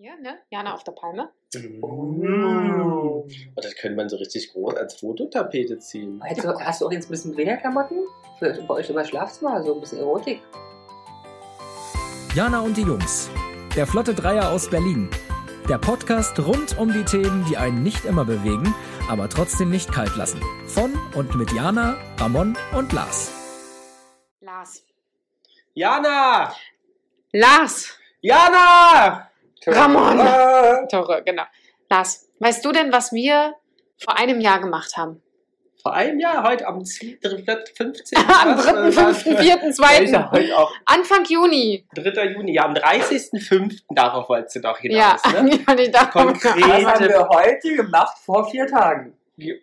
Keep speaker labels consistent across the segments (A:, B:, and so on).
A: Ja, ne? Jana auf der Palme.
B: Oh,
C: Hm.
B: das könnte man so richtig groß als Fototapete ziehen.
C: Hättest
A: Also,
C: du- Hast du auch jetzt ein bisschen Winterklamotten? Für bei euch über Schlafzimmer, so ein bisschen Erotik.
D: Jana und die Jungs. Der Flotte Dreier aus Berlin. Der Podcast rund um die Themen, die einen nicht immer bewegen, aber trotzdem nicht kalt lassen. Von und mit Jana, Ramon und Lars.
A: Lars.
B: Jana!
A: Lars!
B: Jana!
A: Ramon!
B: Ah!
A: Tore, genau. Lars, weißt du denn, was wir vor einem Jahr gemacht haben?
B: Vor einem Jahr, heute am 15.
A: Am
B: was,
A: 3.,
B: äh,
A: 5., 4.,
B: Welcher
A: 2.
B: heute auch
A: Anfang Juni.
B: 3. Juni, ja, am 30.05. Darauf wolltest du doch
A: Ja,
B: hinaus, ne?
A: ja und ich dachte,
B: Konkret.
C: Was haben wir heute gemacht vor vier Tagen?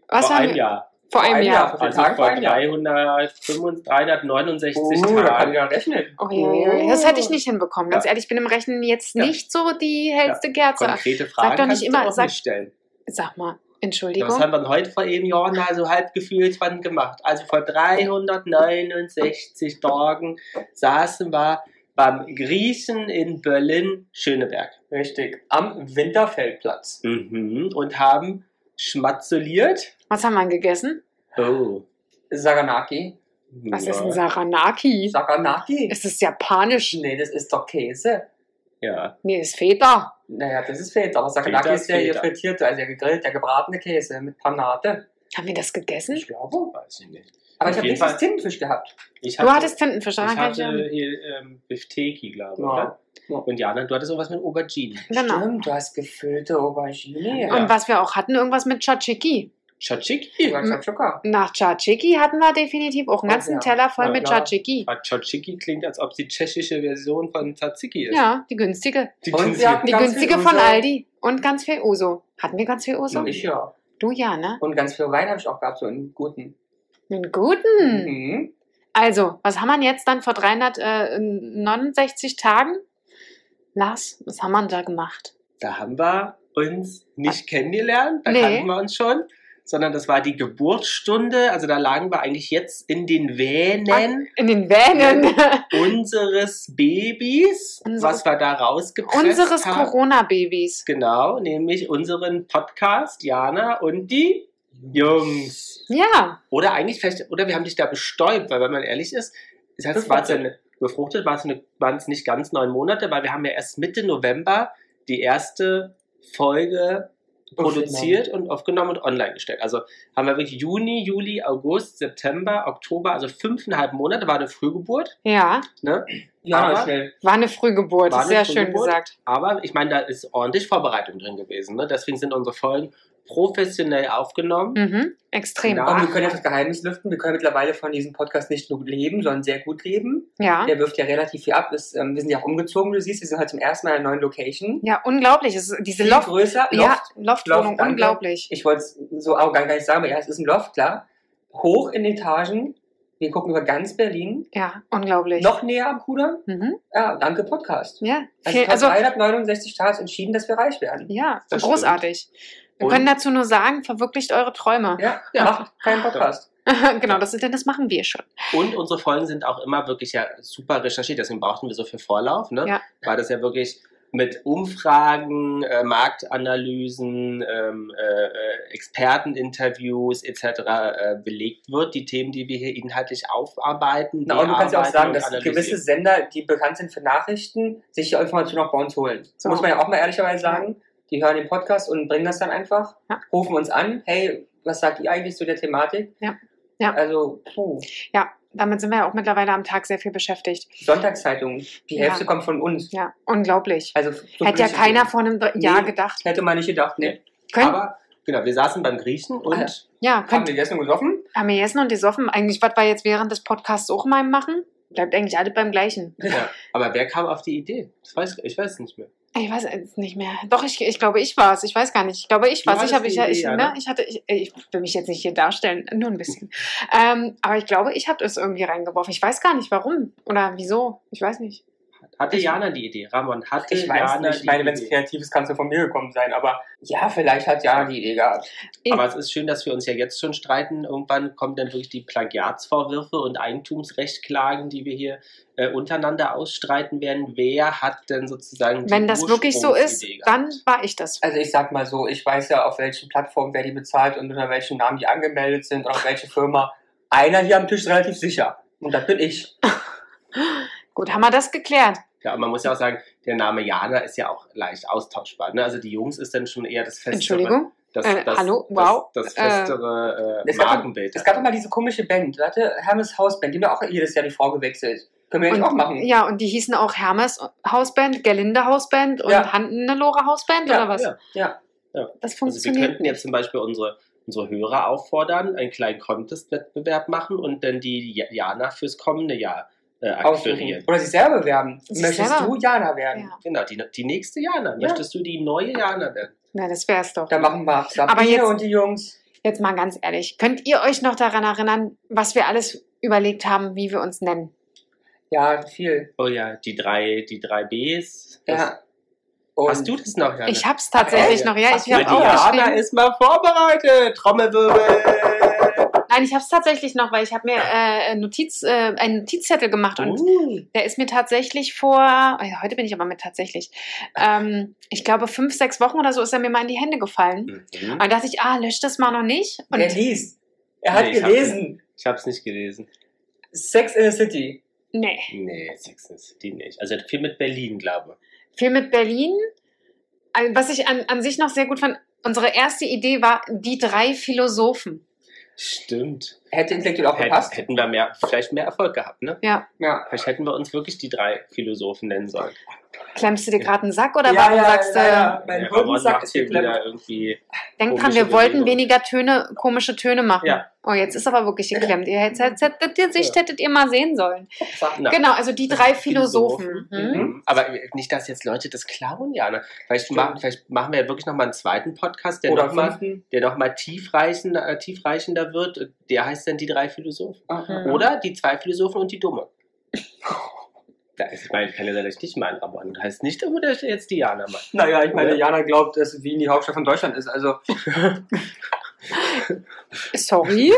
A: Was
B: vor
A: haben
B: einem
A: wir-
B: Jahr.
A: vor einem
C: Ein
A: Jahr.
C: Jahr.
B: Also vor
C: Tag vor einem Jahr.
B: 365, 369
C: Oh, da kann
B: Tagen.
C: ich ja rechnen.
A: Oh, ja, ja, ja. Das hätte ich nicht hinbekommen. Ganz
B: Ja.
A: ehrlich, ich bin im Rechnen jetzt
B: Ja.
A: nicht so die hellste Kerze.
B: Konkrete Fragen
A: doch nicht
B: kannst
A: immer,
B: du auch
A: sag-
B: nicht stellen.
A: Sag mal,
B: Ja, was
A: Entschuldigung.
B: haben wir denn heute vor eben Jahren na, so halb gefühlt wann gemacht? Also vor 369 Tagen saßen wir beim Griechen in Berlin-Schöneberg
C: Richtig. Am Winterfeldplatz.
B: mhm. und haben schmatzuliert.
A: Was haben wir gegessen?
B: Oh.
C: Saganaki.
A: Was ist
B: ja.
A: ein Saranaki?
C: Saganaki?
A: Ist es japanisch?
C: nee, das ist doch Käse.
B: Ja.
A: Nee, ist Feta.
C: Naja, das ist Feta. Aber Saganaki
B: Feta ist
C: ist ja hier
B: Feta.
C: frittierte, also der gegrillte, der gebratene Käse mit Panade.
A: Haben wir das
C: Hm?
A: gegessen?
B: Ich glaube, weiß ich nicht.
C: Aber
B: Auf
C: ich
B: jeden
C: habe wenigstens
B: Fall.
C: Tintenfisch gehabt.
B: Ich
A: Du hattest Tintenfisch,
B: ich
A: daran kann ich mich
B: hatte
A: erinnern.
B: hier ähm, Bifteki, glaube ich.
C: Ja.
B: oder?
C: Ja.
B: Und Jana, du hattest sowas mit Aubergine.
A: Genau.
C: Stimmt, du hast gefüllte Aubergine.
B: Ja.
A: Und was wir auch hatten, irgendwas mit Tschatschiki.
B: Tschatschiki.
C: Oder
B: Hm.
C: Chachuka.
A: Nach Tschatschiki hatten wir definitiv auch einen
C: Oh,
A: ganzen
C: ja.
A: Teller voll
B: Ja,
A: mit
C: klar.
A: Tschatschiki.
B: Aber Tschatschiki Ah, klingt, als ob die tschechische Version von Tzatziki ist.
A: Ja, die günstige.
B: Die
C: Und
B: klingt
C: sie hatten
A: Die
C: ganz
A: günstige
C: viel
A: von
C: Uso.
A: Aldi. Und ganz viel Uso. Hatten wir ganz viel Uso?
C: Ich ja.
A: Du ja, ne?
C: Und ganz viel Wein habe ich auch gehabt, so einen guten.
A: Einen guten.
C: Mhm.
A: Also, was haben wir denn jetzt dann vor 369 Tagen? Lars, was haben wir denn da gemacht?
B: da haben wir uns nicht kennengelernt, da
A: Ah. Nee.
B: kannten wir uns schon, sondern das war die Geburtsstunde, also da lagen wir eigentlich jetzt in den Venen
A: In den Wähnen.
C: Mhm.
B: unseres Babys,
A: Ah. Unsere-
B: was wir da rausgepresst
A: Unseres
B: haben.
A: Corona-Babys.
B: Genau, nämlich unseren Podcast, Jana und die Jungs.
A: Ja,
B: Oder eigentlich vielleicht, oder wir haben dich da bestäubt, weil wenn man ehrlich ist, es hat- es war so eine, befruchtet war es eine- waren es nicht ganz neun Monate, weil wir haben ja erst Mitte November die erste Folge produziert und aufgenommen und online gestellt. Also haben wir wirklich Juni, Juli, August, September, Oktober, also fünfeinhalb Monate war eine Frühgeburt.
A: ja.
B: Ne?
C: Ja,
B: Aber-
C: schnell.
A: War eine Frühgeburt,
B: War
A: ist sehr
B: eine
A: schön
B: Frühgeburt.
A: gesagt.
B: Aber ich meine, da ist ordentlich Vorbereitung drin gewesen. Ne? Deswegen sind unsere Folgen professionell aufgenommen.
A: Mhm. Extrem.
B: Genau.
C: Aber wir können jetzt das Geheimnis lüften. Wir können mittlerweile von diesem Podcast nicht nur leben, sondern sehr gut leben.
A: Ja.
C: Der wirft ja relativ viel ab. Ist, ähm, wir sind ja auch umgezogen, du siehst. Wir sind heute zum ersten Mal in einer neuen Location.
A: Ja, unglaublich. Es ist diese
C: Viel
A: Loft,
C: größer. Loft.
A: ja, Loftwohnung,
C: Loft, danke.
A: unglaublich.
C: Ich wollte es so arrogant gar nicht sagen, aber ja, es ist ein Loft, klar. Hoch in Etagen. Wir gucken über ganz Berlin.
A: Ja, unglaublich.
C: Noch näher am Kudamm.
A: Mhm.
C: Ja, danke Podcast.
A: Ja,
C: Also,
A: viel,
C: es hat
A: also
C: 369 Tage entschieden, dass wir reich werden.
A: ja,
B: Das
A: großartig. Wir
B: Und-
A: können dazu nur sagen, verwirklicht eure Träume.
C: Ja, macht keinen Podcast.
A: genau, das, denn das machen wir schon.
B: Und unsere Folgen sind auch immer wirklich ja super recherchiert. Deswegen brauchten wir so viel Vorlauf. Ne?
A: Ja.
B: Weil das ja wirklich mit Umfragen, äh, Marktanalysen, ähm, äh, äh, Experteninterviews etc. Äh, belegt wird, die Themen, die wir hier inhaltlich aufarbeiten.
C: Na, und du kannst ja auch
B: bearbeiten
C: sagen,
B: und
C: dass
B: analysieren.
C: gewisse Sender, die bekannt sind für Nachrichten, sich die Informationen auch bei uns holen.
A: So.
C: Muss man ja auch mal ehrlicherweise sagen. Die hören den Podcast und bringen das dann einfach,
A: Ja.
C: rufen uns an, hey, was sagt ihr eigentlich zu der Thematik?
A: Ja. Ja.
C: Also, puh,
A: Ja, damit sind wir ja auch mittlerweile am Tag sehr viel beschäftigt.
C: Sonntagszeitung, die
A: Ja.
C: Hälfte kommt von uns.
A: Ja, unglaublich.
C: Also, so
A: Hätte ja
C: viel-
A: keiner vor einem Dr- Jahr
C: Nee.
A: gedacht.
C: Hätte man nicht gedacht, ne?
A: Können,
B: Aber genau, wir saßen beim Griechen und
C: Ah,
A: ja,
C: Haben
A: könnt,
C: wir gegessen und gesoffen?
A: haben wir gegessen und gesoffen. Eigentlich, was wir jetzt während des Podcasts auch mal machen, bleibt eigentlich alles beim Gleichen.
B: ja, aber wer kam auf die Idee? Das weiß, ich weiß nicht mehr.
A: Ich weiß es nicht mehr. Doch, ich, ich glaube, ich war es. Ich weiß gar nicht. Ich glaube, ich
B: Du
A: war es. Ich,
B: hattest
A: habe
B: die
A: ich, ja- ich,
B: Idee, ja,
A: ne?
B: ne?
A: ich, hatte, ich, ich will mich jetzt nicht hier darstellen, nur ein bisschen. ähm, aber ich glaube, ich habe es irgendwie reingeworfen. Ich weiß gar nicht, warum oder wieso. Ich weiß nicht.
B: Hatte Jana die Idee? Ramon, hatte
C: Ich weiß
B: Jana
C: nicht. Ich
B: die
C: meine, wenn es
B: Idee?
C: kreativ ist, kann es nur von mir gekommen sein. Aber ja, vielleicht hat Jana die Idee gehabt.
B: Aber es ist schön, dass wir uns ja jetzt schon streiten. Irgendwann kommen dann wirklich die Plagiatsvorwürfe und Eigentumsrechtklagen, die wir hier äh, untereinander ausstreiten werden. Wer hat denn sozusagen die
A: Wenn das wirklich so ist,
B: Ursprungsidee gehabt?
A: dann war ich das.
C: Also ich sag mal so, ich weiß ja, auf welchen Plattformen wer die bezahlt und unter welchen Namen die angemeldet sind und auf welche Firma. Einer hier am Tisch ist relativ sicher. Und das bin ich.
A: Gut, haben wir das geklärt.
B: Ja, und man muss ja auch sagen, der Name Jana ist ja auch leicht austauschbar. Ne? Also die Jungs ist dann schon eher das festere.
A: Entschuldigung.
B: Das,
A: Äh,
B: das,
A: hallo?
B: das,
A: Wow. Äh,
B: Das, festere äh,
C: es gab-
B: Markenbild.
C: Es gab immer diese komische Band, warte, Hermes House Band, die haben ja auch jedes Jahr die Frau gewechselt. Können wir
A: Und,
C: eigentlich auch machen.
A: Ja, und die hießen auch Hermes Hausband, Gerlinde Hausband und
C: Ja.
A: Hannelore Hausband
C: Ja,
A: oder was?
B: ja.
C: Ja.
A: Das
B: Also wir
A: funktioniert.
B: könnten jetzt zum Beispiel unsere, unsere Hörer auffordern, einen kleinen Contest-Wettbewerb machen und dann die Ja- Jana fürs kommende Jahr äh,
C: Aussuchen.
B: akquirieren.
C: Oder sich selber bewerben.
A: Sich
C: Möchtest
A: selber.
C: du Jana werden?
A: ja.
B: Genau, die, die nächste Jana. Möchtest du die neue Jana denn?
A: Na, das wär's doch.
C: Dann machen wir Sabine
A: Aber jetzt-
C: und die Jungs.
A: Jetzt mal ganz ehrlich, könnt ihr euch noch daran erinnern, was wir alles überlegt haben, wie wir uns nennen?
C: Ja, viel.
B: Oh ja, die drei, die drei Bs. Das-
C: Ja. Und
B: Hast du das noch, Jana?
A: Ich hab's tatsächlich
B: Ach,
A: noch, ja. Ich
B: ja,
A: hab
B: die Jana
A: aufgeschrieben.
B: ist mal vorbereitet. Trommelwirbel.
A: Nein, ich hab's tatsächlich noch, weil ich habe mir äh, Notiz, äh, einen Notizzettel gemacht und
B: Uh,
A: Der ist mir tatsächlich vor, oh ja, heute bin ich aber mit tatsächlich, ähm, ich glaube fünf, sechs Wochen oder so ist er mir mal in die Hände gefallen. Und
B: mhm.
A: dann dachte ich, ah, lösch das mal noch nicht. Und
C: er liest. Er hat
B: Nee, ich hab-
C: gelesen.
B: Ich hab's nicht gelesen.
C: Sex in the City.
A: nee,
B: Nee, Sex and the City nicht. Also viel mit Berlin, glaube ich.
A: viel mit Berlin. Also, Was ich an, an sich noch sehr gut fand, unsere erste Idee war die drei Philosophen.
B: Stimmt.
C: Hätte intellektuell auch
B: Hätten,
C: gepasst.
B: hätten wir mehr, vielleicht mehr Erfolg gehabt, ne?
C: Ja.
B: Vielleicht hätten wir uns wirklich die drei Philosophen nennen sollen.
A: Klemmst du dir gerade einen Sack oder
C: Ja,
A: warum
C: ja,
A: sagst du,
C: ja, ja. Mein
B: Ja,
C: Gurkensack
B: Ramon macht
C: ist
B: hier
C: geklemmt.
B: wieder irgendwie.
A: denk dran,
B: Komische
A: wir wollten
B: Bewegung.
A: weniger Töne, komische Töne machen.
B: Ja.
A: Oh, jetzt ist aber wirklich geklemmt. Ihr hättet, hättet, ihr sich,
B: Ja.
A: hättet ihr mal sehen sollen.
B: Na,
A: Genau, also die drei Philosophen. Mhm.
B: Mhm. Aber nicht, dass jetzt Leute das klauen, Jana. Vielleicht,
C: Stimmt.
B: machen, vielleicht machen wir ja wirklich nochmal einen zweiten Podcast, der
C: Oder
B: nochmal
C: fünften.
B: noch mal tiefreichender, äh, tiefreichender wird. Der heißt dann die drei Philosophen.
C: Ah,
A: Mhm.
B: Oder die zwei Philosophen und die Dumme. Da ist, ich meine, kann ja sein, dass ich dich meine, aber das heißt nicht, dass ich jetzt die Jana meine.
C: Naja, ich meine,
B: Oder?
C: Jana glaubt, dass Wien die Hauptstadt von Deutschland ist.
A: Genau,
C: Also,
A: Sorry,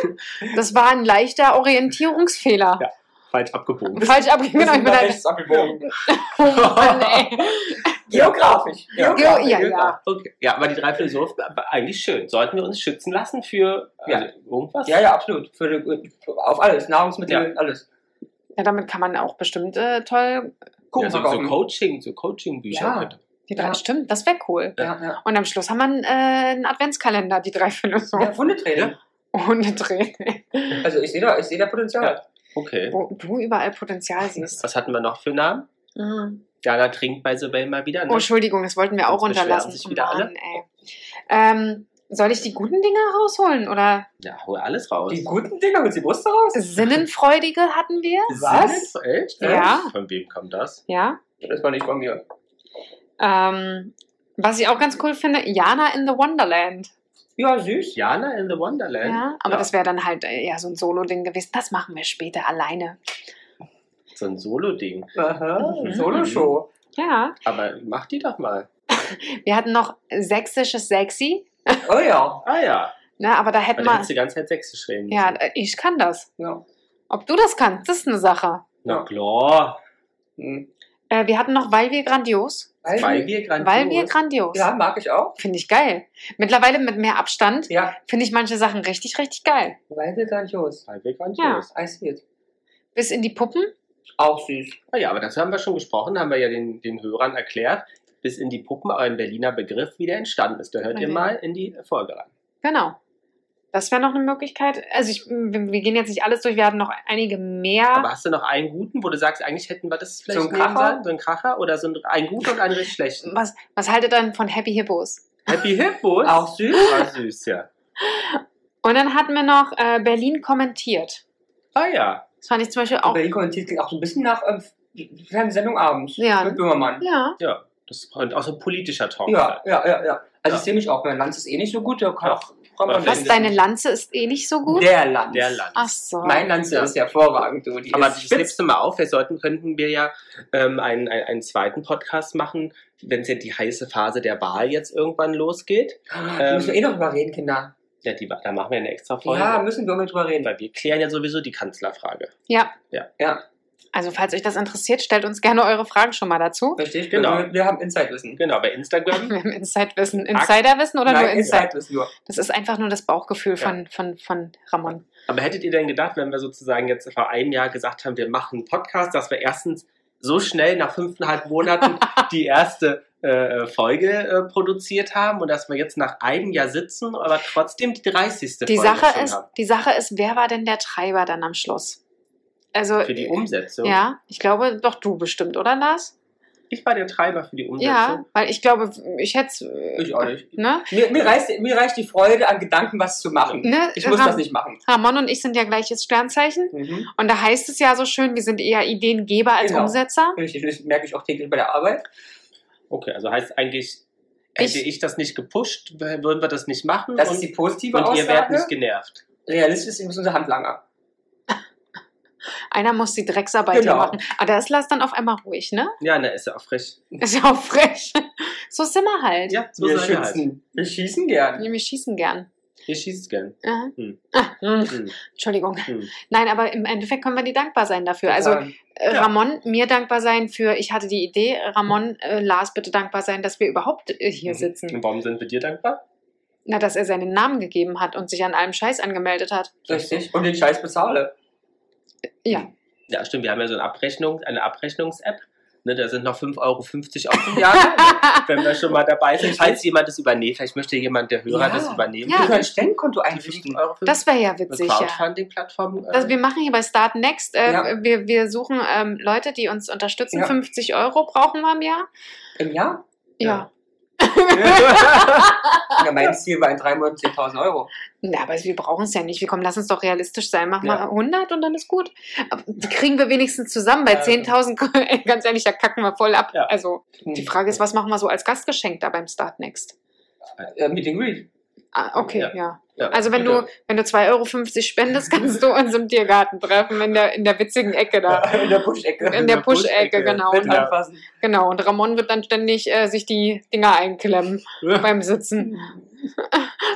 A: das war ein leichter Orientierungsfehler.
B: Ja. Falsch abgebogen.
A: Falsch abgegeben. Ich bin
C: nach
A: halt,
C: rechts abgebogen.
A: oh Mann, ey.
C: Geografisch.
B: Ja.
A: Ja, ja, ja.
B: Ja, okay. ja, aber die drei Philosophen, aber eigentlich schön. Sollten wir uns schützen lassen für
C: Ja.
B: also irgendwas?
C: Ja, ja, absolut. Für, auf alles. Nahrungsmittel, alles.
A: Ja, damit kann man auch bestimmt äh, toll.
C: Gucken
B: so,
C: wir
B: so
C: mal.
B: Coaching, so Coaching-Bücher.
C: Ja.
B: könnte-
A: Die drei,
C: Ja.
A: Stimmt, das wäre cool.
C: Ja, ja.
A: Und am Schluss haben wir einen, äh, einen Adventskalender, die drei Philosophen.
C: Ja, Wundetraining.
A: Ohne Tränen.
C: Also, ich sehe da, ich sehe da Potenzial.
B: Ja. Okay.
A: Wo du überall Potenzial siehst.
B: Was hatten wir noch für Namen?
A: Mhm.
B: Jana trinkt bei Sobel mal wieder. Ne?
A: Oh, Entschuldigung, das wollten wir auch
B: Sonst beschweren
A: unterlassen.
B: sich
A: Oh,
B: wieder alle.
A: Mann, ey. Ähm, soll ich die guten Dinge rausholen? Oder
B: ja, hol alles raus.
C: Die guten Dinger mit die Brust raus?
A: Sinnenfreudige hatten wir?
C: Was?
B: Sind- Echt? ne?
A: Ja.
B: Von wem kommt das?
A: Ja.
C: Das war nicht von mir.
A: Ähm, was ich auch ganz cool finde, Jana in the Wonderland.
C: Ja, süß.
B: Jana in the Wonderland.
A: Ja, aber
B: Ja.
A: das wäre dann halt äh, ja so ein Solo-Ding gewesen. Das machen wir später alleine.
B: So ein Solo-Ding.
C: Aha,
A: Mhm.
C: Solo-Show.
A: Ja.
B: Aber mach die doch mal.
A: Wir hatten noch sächsisches Sexy,
C: Oh ja.
B: Ah ja.
A: ne, aber da
B: Aber
A: hätten
B: du
A: wir.
B: kannst die ganze Zeit sächsisch reden.
A: Ja,
B: müssen.
A: äh, ich kann das.
C: ja.
A: Ob du das kannst, das ist eine Sache.
B: Na klar.
C: Hm.
A: Äh, wir hatten noch, weil wir grandios.
C: Weil,
B: Weil wir grandios.
A: Weil wir grandios.
C: Ja, mag ich auch.
A: Finde ich geil. Mittlerweile mit mehr Abstand
C: Ja,
A: finde ich manche Sachen richtig, richtig geil.
C: weil wir grandios.
B: Weil wir grandios.
C: I see it.
A: Bis in die Puppen.
C: Auch süß.
B: Ah ja, aber dazu haben wir schon gesprochen, haben wir ja den, den Hörern erklärt, bis in die Puppen aber ein Berliner Begriff wieder entstanden ist. Da hört ihr
A: Okay.
B: mal in die Folge rein.
A: Genau. Das wäre noch eine Möglichkeit. Also ich, wir wir gehen jetzt nicht alles durch, wir hatten noch einige mehr.
B: Aber hast du noch einen guten, wo du sagst, eigentlich hätten wir das vielleicht
C: So ein
B: nehmen
C: Kracher?
B: sollen? So ein Kracher oder so ein, ein guter und einen richtig schlechten?
A: Was, was haltet ihr denn von Happy Hippos?
B: Happy Hippos?
C: Auch süß.
B: War süß, ja.
A: Und dann hatten wir noch äh, Berlin kommentiert.
B: Ah ja.
A: Das fand ich zum Beispiel
C: Auch
A: auch.
C: Berlin kommentiert klingt auch so ein bisschen nach ähm, Fernsehsendung abends.
A: Ja.
C: Mit Böhmermann.
A: Ja,
B: Ja, das könnte auch so ein politischer Talk
C: Ja,
B: sein.
C: ja, ja, ja.
B: Ja.
C: Also ich sehe mich auch, mein Land ist eh nicht so gut, da kann
B: Ja.
C: auch braucht man
A: Was,
B: Vielleicht
A: deine Lanze ist eh nicht so gut? Oh.
C: Der Land.
B: Der Land.
A: Ach so.
C: Mein Land ist hervorragend, du. Die
B: Aber
C: ist
B: das nimmst du mal auf, wir sollten, könnten wir ja ähm, einen, einen, einen zweiten Podcast machen, wenn es ja die heiße Phase der Wahl jetzt irgendwann losgeht. Ähm,
C: Da müssen wir eh noch drüber reden, Kinder.
B: Ja, die, da machen wir eine extra Folge.
C: Ja, müssen wir unbedingt drüber reden.
B: weil wir klären ja sowieso die Kanzlerfrage.
A: Ja,
C: Ja,
A: also falls euch das interessiert, stellt uns gerne eure Fragen schon mal dazu.
C: richtig.
B: Genau.
C: Wir, wir haben Insight-Wissen.
B: Genau, bei Instagram.
A: Wir haben Insiderwissen. Insiderwissen oder nur
C: Nein,
A: Insider?
C: Insight-Wissen nur.
A: Das ist einfach nur das Bauchgefühl von, von, von Ramon.
B: Aber hättet ihr denn gedacht, wenn wir sozusagen jetzt vor einem Jahr gesagt haben, wir machen einen Podcast, dass wir erstens so schnell nach fünfeinhalb Monaten die erste äh, Folge äh, produziert haben und dass wir jetzt nach einem Jahr sitzen, aber trotzdem die 30.
A: Die
B: Folge
A: Sache,
B: schon
A: ist,
B: haben.
A: die Sache ist, wer war denn der Treiber dann am Schluss? Also,
B: Für die Umsetzung.
A: ja, ich glaube, doch du bestimmt, oder Lars?
B: Ich war der Treiber für die Umsetzung.
A: Ja, weil ich glaube, ich hätte
C: Ich auch nicht.
A: Ne?
C: Mir, mir, reicht, mir reicht die Freude an Gedanken, was zu machen.
A: Ne?
C: Ich muss
A: Ram-
C: das nicht machen.
A: Ramon und ich sind ja gleiches Sternzeichen.
C: Mhm.
A: Und da heißt es ja so schön, wir sind eher Ideengeber als
C: Genau.
A: Umsetzer.
C: Richtig, das merke ich auch täglich bei der Arbeit.
B: Okay, also heißt eigentlich, hätte ich,
A: Ich-
B: das nicht gepusht, würden wir das nicht machen
C: Das
B: und,
C: ist die positive
B: und ihr wärt
C: Aussage.
B: nicht genervt.
C: Realistisch ist unser Handlanger.
A: Einer muss die Drecksarbeit
C: Genau.
A: machen. Aber da ist Lars dann auf einmal ruhig, ne?
B: Ja, na, ist ja auch frech.
A: Ist ja auch frech. So sind wir halt.
B: Ja, so
C: Wir
B: seid ihr halt.
C: schützen. Wir schießen gern.
A: Wir schießen gern.
B: Ihr schießt gern.
A: Aha.
B: Hm.
A: Ah, hm.
B: Hm,
A: Entschuldigung.
B: hm.
A: Nein, aber im Endeffekt können wir dir dankbar sein dafür. Also
C: Ja.
A: äh,
B: Ja.
A: Ramon, mir dankbar sein für, ich hatte die Idee, Ramon, äh, Lars bitte dankbar sein, dass wir überhaupt äh, hier sitzen.
B: Mhm. Und warum sind wir dir dankbar?
A: Na, dass er seinen Namen gegeben hat und sich an allem Scheiß angemeldet hat.
C: richtig. Und den Scheiß bezahle.
A: Ja.
B: Ja, stimmt, wir haben ja so eine Abrechnung, eine Abrechnungs-App. Ne, da sind noch 5,50 Euro offen,
C: Ja,
B: wenn wir schon mal dabei sind. Falls jemand das übernimmt, vielleicht möchte jemand der Hörer
C: Ja.
B: das übernehmen.
A: Ja.
C: wir können ein Spendenkonto
B: Die
C: einrichten.
B: 5,50 Euro
A: Das wäre ja
B: eine
A: witzig, ja.
B: Crowdfunding-Plattform. äh,
A: Das, wir machen hier bei Start Next, äh,
C: Ja.
A: wir, wir suchen ähm, Leute, die uns unterstützen.
C: Ja.
A: 50 Euro brauchen wir im Jahr.
C: Im Jahr?
A: Ja.
C: Ja, mein Ziel war in drei Monaten 10.000 Euro.
A: Na, aber wir brauchen es ja nicht. Wir kommen, lass uns doch realistisch sein. Mach
B: Ja.
A: mal 100 und dann ist gut. Aber die kriegen wir wenigstens zusammen. Bei
B: Ja.
A: 10.000, ganz ehrlich, da kacken wir voll ab.
B: Ja.
A: Also die
C: Hm.
A: Frage ist, was machen wir so als Gastgeschenk da beim Start Next?
C: Äh, Meet and Greet.
A: Ah, okay,
B: Ja.
A: ja.
B: ja.
A: Also wenn du, wenn du 2,50 Euro spendest, kannst du uns im Tiergarten treffen, in der, in der witzigen Ecke da.
C: In der Push-Ecke.
A: In der Push-Ecke, genau.
C: Mit
A: Und,
B: Ja.
C: anfassen.
A: genau. und Ramon wird dann ständig äh, sich die Dinger einklemmen beim Sitzen.
C: Die,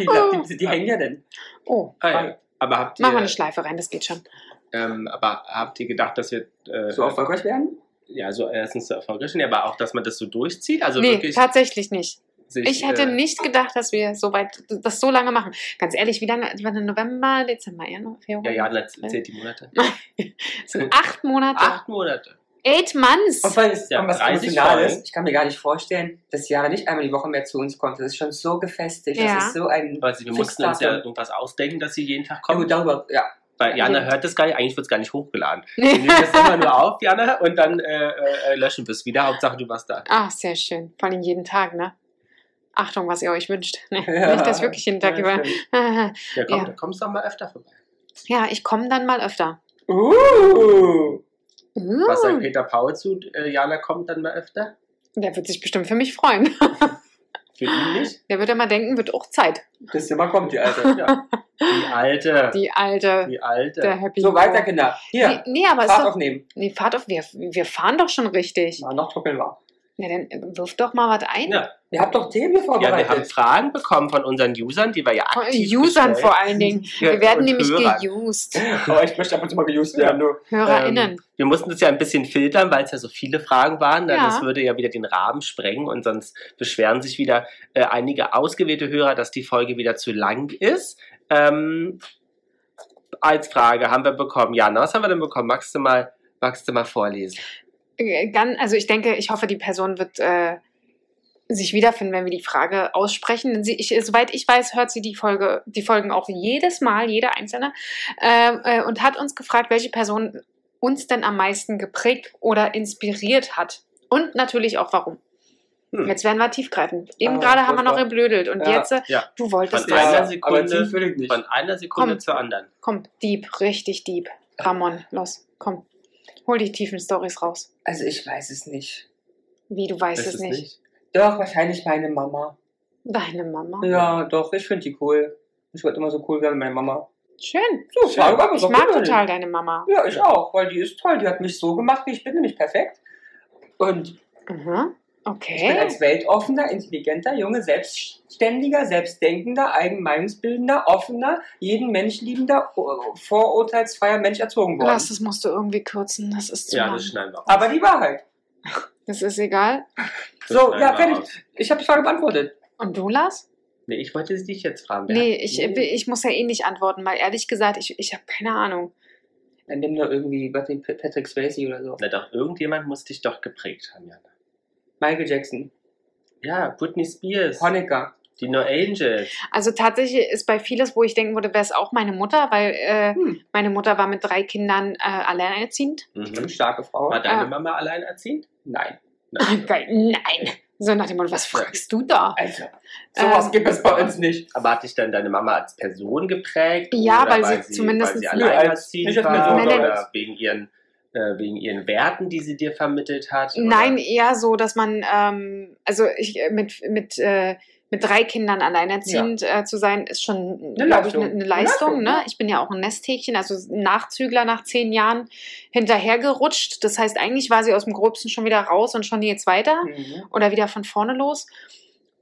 C: die, die, die hängen ja denn.
A: Oh,
B: Ah, ja. Aber habt
A: mach mal eine
B: ihr,
A: Schleife rein, das geht schon.
B: ähm, aber habt ihr gedacht, dass wir äh,
C: So erfolgreich werden?
B: ja, so erstens so erfolgreich sind, aber auch, dass man das so durchzieht? Also
A: nee,
B: wirklich.
A: tatsächlich nicht.
B: Sich,
A: Ich hätte
B: äh,
A: nicht gedacht, dass wir so weit, das so lange machen. Ganz ehrlich, wie lange? wann- November, Dezember, Januar, Februar?
B: Ja, ja, das zählt die Monate.
A: Das sind acht Monate.
B: Acht Monate.
A: Eight months.
C: Und weil es
B: Ja,
C: ja, was
B: 30
C: Emotionales,
B: Folgen.
C: ich kann mir gar nicht vorstellen, dass Jana nicht einmal die Woche mehr zu uns kommt. Das ist schon so gefestigt.
A: Ja.
C: Das ist so ein.
B: Weil sie- wir mussten uns ja
C: Fixdatum.
B: irgendwas ausdenken, dass sie jeden Tag
C: Ja,
B: kommen.
C: gut, darüber, ja.
B: Weil Jana
A: Ja.
B: hört das gar nicht, eigentlich wird es gar nicht hochgeladen. Wir
A: Nee.
B: nehmen das immer nur auf, Jana, und dann äh, äh, löschen wir es wieder. Hauptsache, du warst da.
A: Ach, Ah, sehr schön. Vor allem jeden Tag, ne? Achtung, was ihr euch wünscht. Nee,
C: Ja.
A: Nicht, dass wirklich jeden Tag
C: Ja,
A: über.
C: stimmt.
B: Ja, komm,
A: Ja.
B: da kommst du doch mal öfter vorbei.
A: Ja, ich komme dann mal öfter.
C: Uh,
A: Uh,
B: Was sagt halt Peter Paul zu? Äh, Jana kommt dann mal öfter?
A: Uh, der wird sich bestimmt für mich freuen.
B: Für ihn nicht?
A: Der wird ja mal denken, wird auch Zeit.
C: das Zimmer kommt, die Alte.
B: Ja. Die Alte.
A: Die alte,
B: Die Alte.
A: der Happy.
C: So weiter, Kinder. Hier,
A: Nee, nee, aber ist
C: Fahrt
A: doch,
C: aufnehmen.
A: nee, Fahrt auf, wir, wir fahren doch schon richtig.
C: Ja, noch doppelt war.
A: Na, dann wirf doch mal was ein.
B: Ja.
C: Ihr habt doch Themen hier
B: ja, wir
C: vorbereitet.
B: haben Fragen bekommen von unseren Usern, die wir ja
A: Von
B: aktiv
A: Usern
B: gestellt.
A: vor allen Dingen.
B: Ja,
A: Wir werden
B: und
A: nämlich
B: Hörern.
A: geused.
C: Aber ich möchte ab und zu mal gejust werden. du.
A: HörerInnen.
B: Ähm, wir mussten das ja ein bisschen filtern, weil es ja so viele Fragen waren. Dann
A: Ja.
B: Das würde ja wieder den Rahmen sprengen und sonst beschweren sich wieder äh, einige ausgewählte Hörer, dass die Folge wieder zu lang ist. Ähm, als Frage haben wir bekommen, Jana, was haben wir denn bekommen? Magst du mal, magst du mal vorlesen?
A: Äh, Ganz, also ich denke, ich hoffe, die Person wird äh, sich wiederfinden, wenn wir die Frage aussprechen. Denn sie, ich, soweit ich weiß, hört sie die Folge, die Folgen auch jedes Mal, jede einzelne, äh, äh, und hat uns gefragt, welche Person uns denn am meisten geprägt oder inspiriert hat. Und natürlich auch warum.
B: Hm.
A: Jetzt werden wir tiefgreifend. Eben
C: Ah,
A: gerade haben wir noch
C: furchtbar.
A: geblödelt und
C: Ja.
A: jetzt, äh,
B: Ja.
A: du wolltest
B: Von
A: es.
B: einer
C: Ja, aber
B: Sekunde-
C: tief will ich nicht.
B: Von einer Sekunde
A: Komm.
B: zur anderen.
A: Komm, deep, richtig deep. Ramon, los, komm. Hol die tiefen Stories raus.
C: Also ich weiß es nicht.
A: Wie du weißt
B: Weißt
A: es
B: du's
A: nicht.
C: Doch, wahrscheinlich meine Mama.
A: Deine Mama.
C: Äh, Ja, doch, ich finde die cool. Ich wollte immer so cool werden wie meine Mama.
A: Schön.
B: Schön.
C: So, Oh, Frage, aber
A: Ich
C: so
A: mag
C: cool.
A: total deine Mama.
C: Ja, ich auch, weil die ist toll. Die hat mich so gemacht, wie ich bin, nämlich perfekt. Und
A: Aha.
C: ich bin
A: Okay.
C: als weltoffener, intelligenter Junge, selbstständiger, selbstdenkender, eigenmeinungsbildender, offener, jeden Mensch liebender, o- vorurteilsfreier Mensch erzogen worden.
A: Lass, das musst du irgendwie kürzen. Das ist zu
B: Ja,
A: lang. Ah,
B: das schneiden wir auch.
C: Aber die Wahrheit.
A: Das ist egal.
B: Das
C: So,
B: schneiden
C: ja,
B: wir
C: fertig.
B: raus.
C: Ich habe die Frage beantwortet.
A: Und du, Lars?
B: Nee, ich wollte es dich jetzt fragen.
A: Nee, ich,
C: Nee.
A: ich muss ja eh nicht antworten, weil ehrlich gesagt, ich, ich habe keine Ahnung.
C: Dann nimm doch irgendwie was den P- Patrick Swayze oder so.
B: Na doch, irgendjemand muss dich doch geprägt haben, Jana.
C: Michael Jackson.
B: Ja, Britney Spears.
C: Honecker.
B: Die No Angels.
A: Also tatsächlich ist bei vieles, wo ich denken würde, wäre es auch meine Mutter, weil äh,
C: Hm.
A: meine Mutter war mit drei Kindern äh, alleinerziehend.
B: Mhm.
C: Starke Frau.
B: War deine
A: Ah.
B: Mama alleinerziehend?
C: Nein.
A: Geil, nein. So nach dem Motto, was fragst du da?
C: Also, sowas
A: Ähm,
C: gibt es bei uns nicht.
B: Aber hat dich dann deine Mama als Person geprägt?
A: Ja,
B: Oder
A: weil sie zumindest-
B: weil sie
C: Nö, als-
B: alleinerziehend
C: nicht als
B: war
A: Person,
B: oder
C: sondern-
B: wegen ihren, äh, wegen ihren Werten, die sie dir vermittelt hat?
A: Nein,
B: Oder?
A: eher so, dass man, ähm, also ich, äh, mit, mit, äh, mit drei Kindern alleinerziehend äh, zu sein, ist schon,
C: Eine
A: glaube ich,
C: Leistung.
A: eine, eine
C: Eine
A: Leistung.
C: Leistung,
A: ne?
C: ja.
A: Ich bin ja auch ein Nesthäkchen, also ein Nachzügler nach zehn Jahren hinterhergerutscht. Das heißt, eigentlich war sie aus dem Gröbsten schon wieder raus und schon geht's weiter
C: Mhm.
A: oder wieder von vorne los.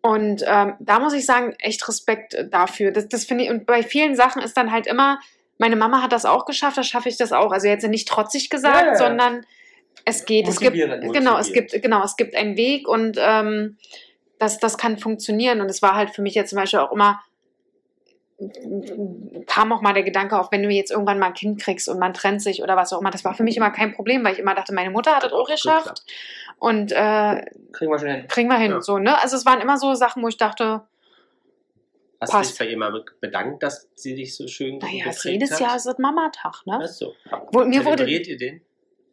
A: Und ähm, da muss ich sagen, echt Respekt äh, dafür. Das, das finde ich, und bei vielen Sachen ist dann halt immer, meine Mama hat das auch geschafft, da schaffe ich das auch. Also jetzt nicht trotzig gesagt,
C: Ja, ja, ja.
A: sondern es geht. Es gibt,
C: Motivierend.
A: genau, es
B: Motivierend.
A: gibt, genau, es gibt einen Weg und ähm, das, das kann funktionieren. Und es war halt für mich jetzt zum Beispiel auch immer, kam auch mal der Gedanke auf, wenn du jetzt irgendwann mal ein Kind kriegst und man trennt sich oder was auch immer. Das war für mich immer kein Problem, weil ich immer dachte, meine Mutter hat das auch geschafft. Und äh,
C: Kriegen wir schon hin.
A: kriegen wir hin.
B: Ja.
A: So, ne? Also es waren immer so Sachen, wo ich dachte,
B: Hast
A: passt.
B: du dich bei ihr mal be- bedankt, dass sie dich so schön
A: naja,
B: geprägt
A: ist jedes
B: hat?
A: Jahr ist es Mamatag, ne?
B: Achso.
A: Wo- mir wurde-
B: Zelebriert ihr den?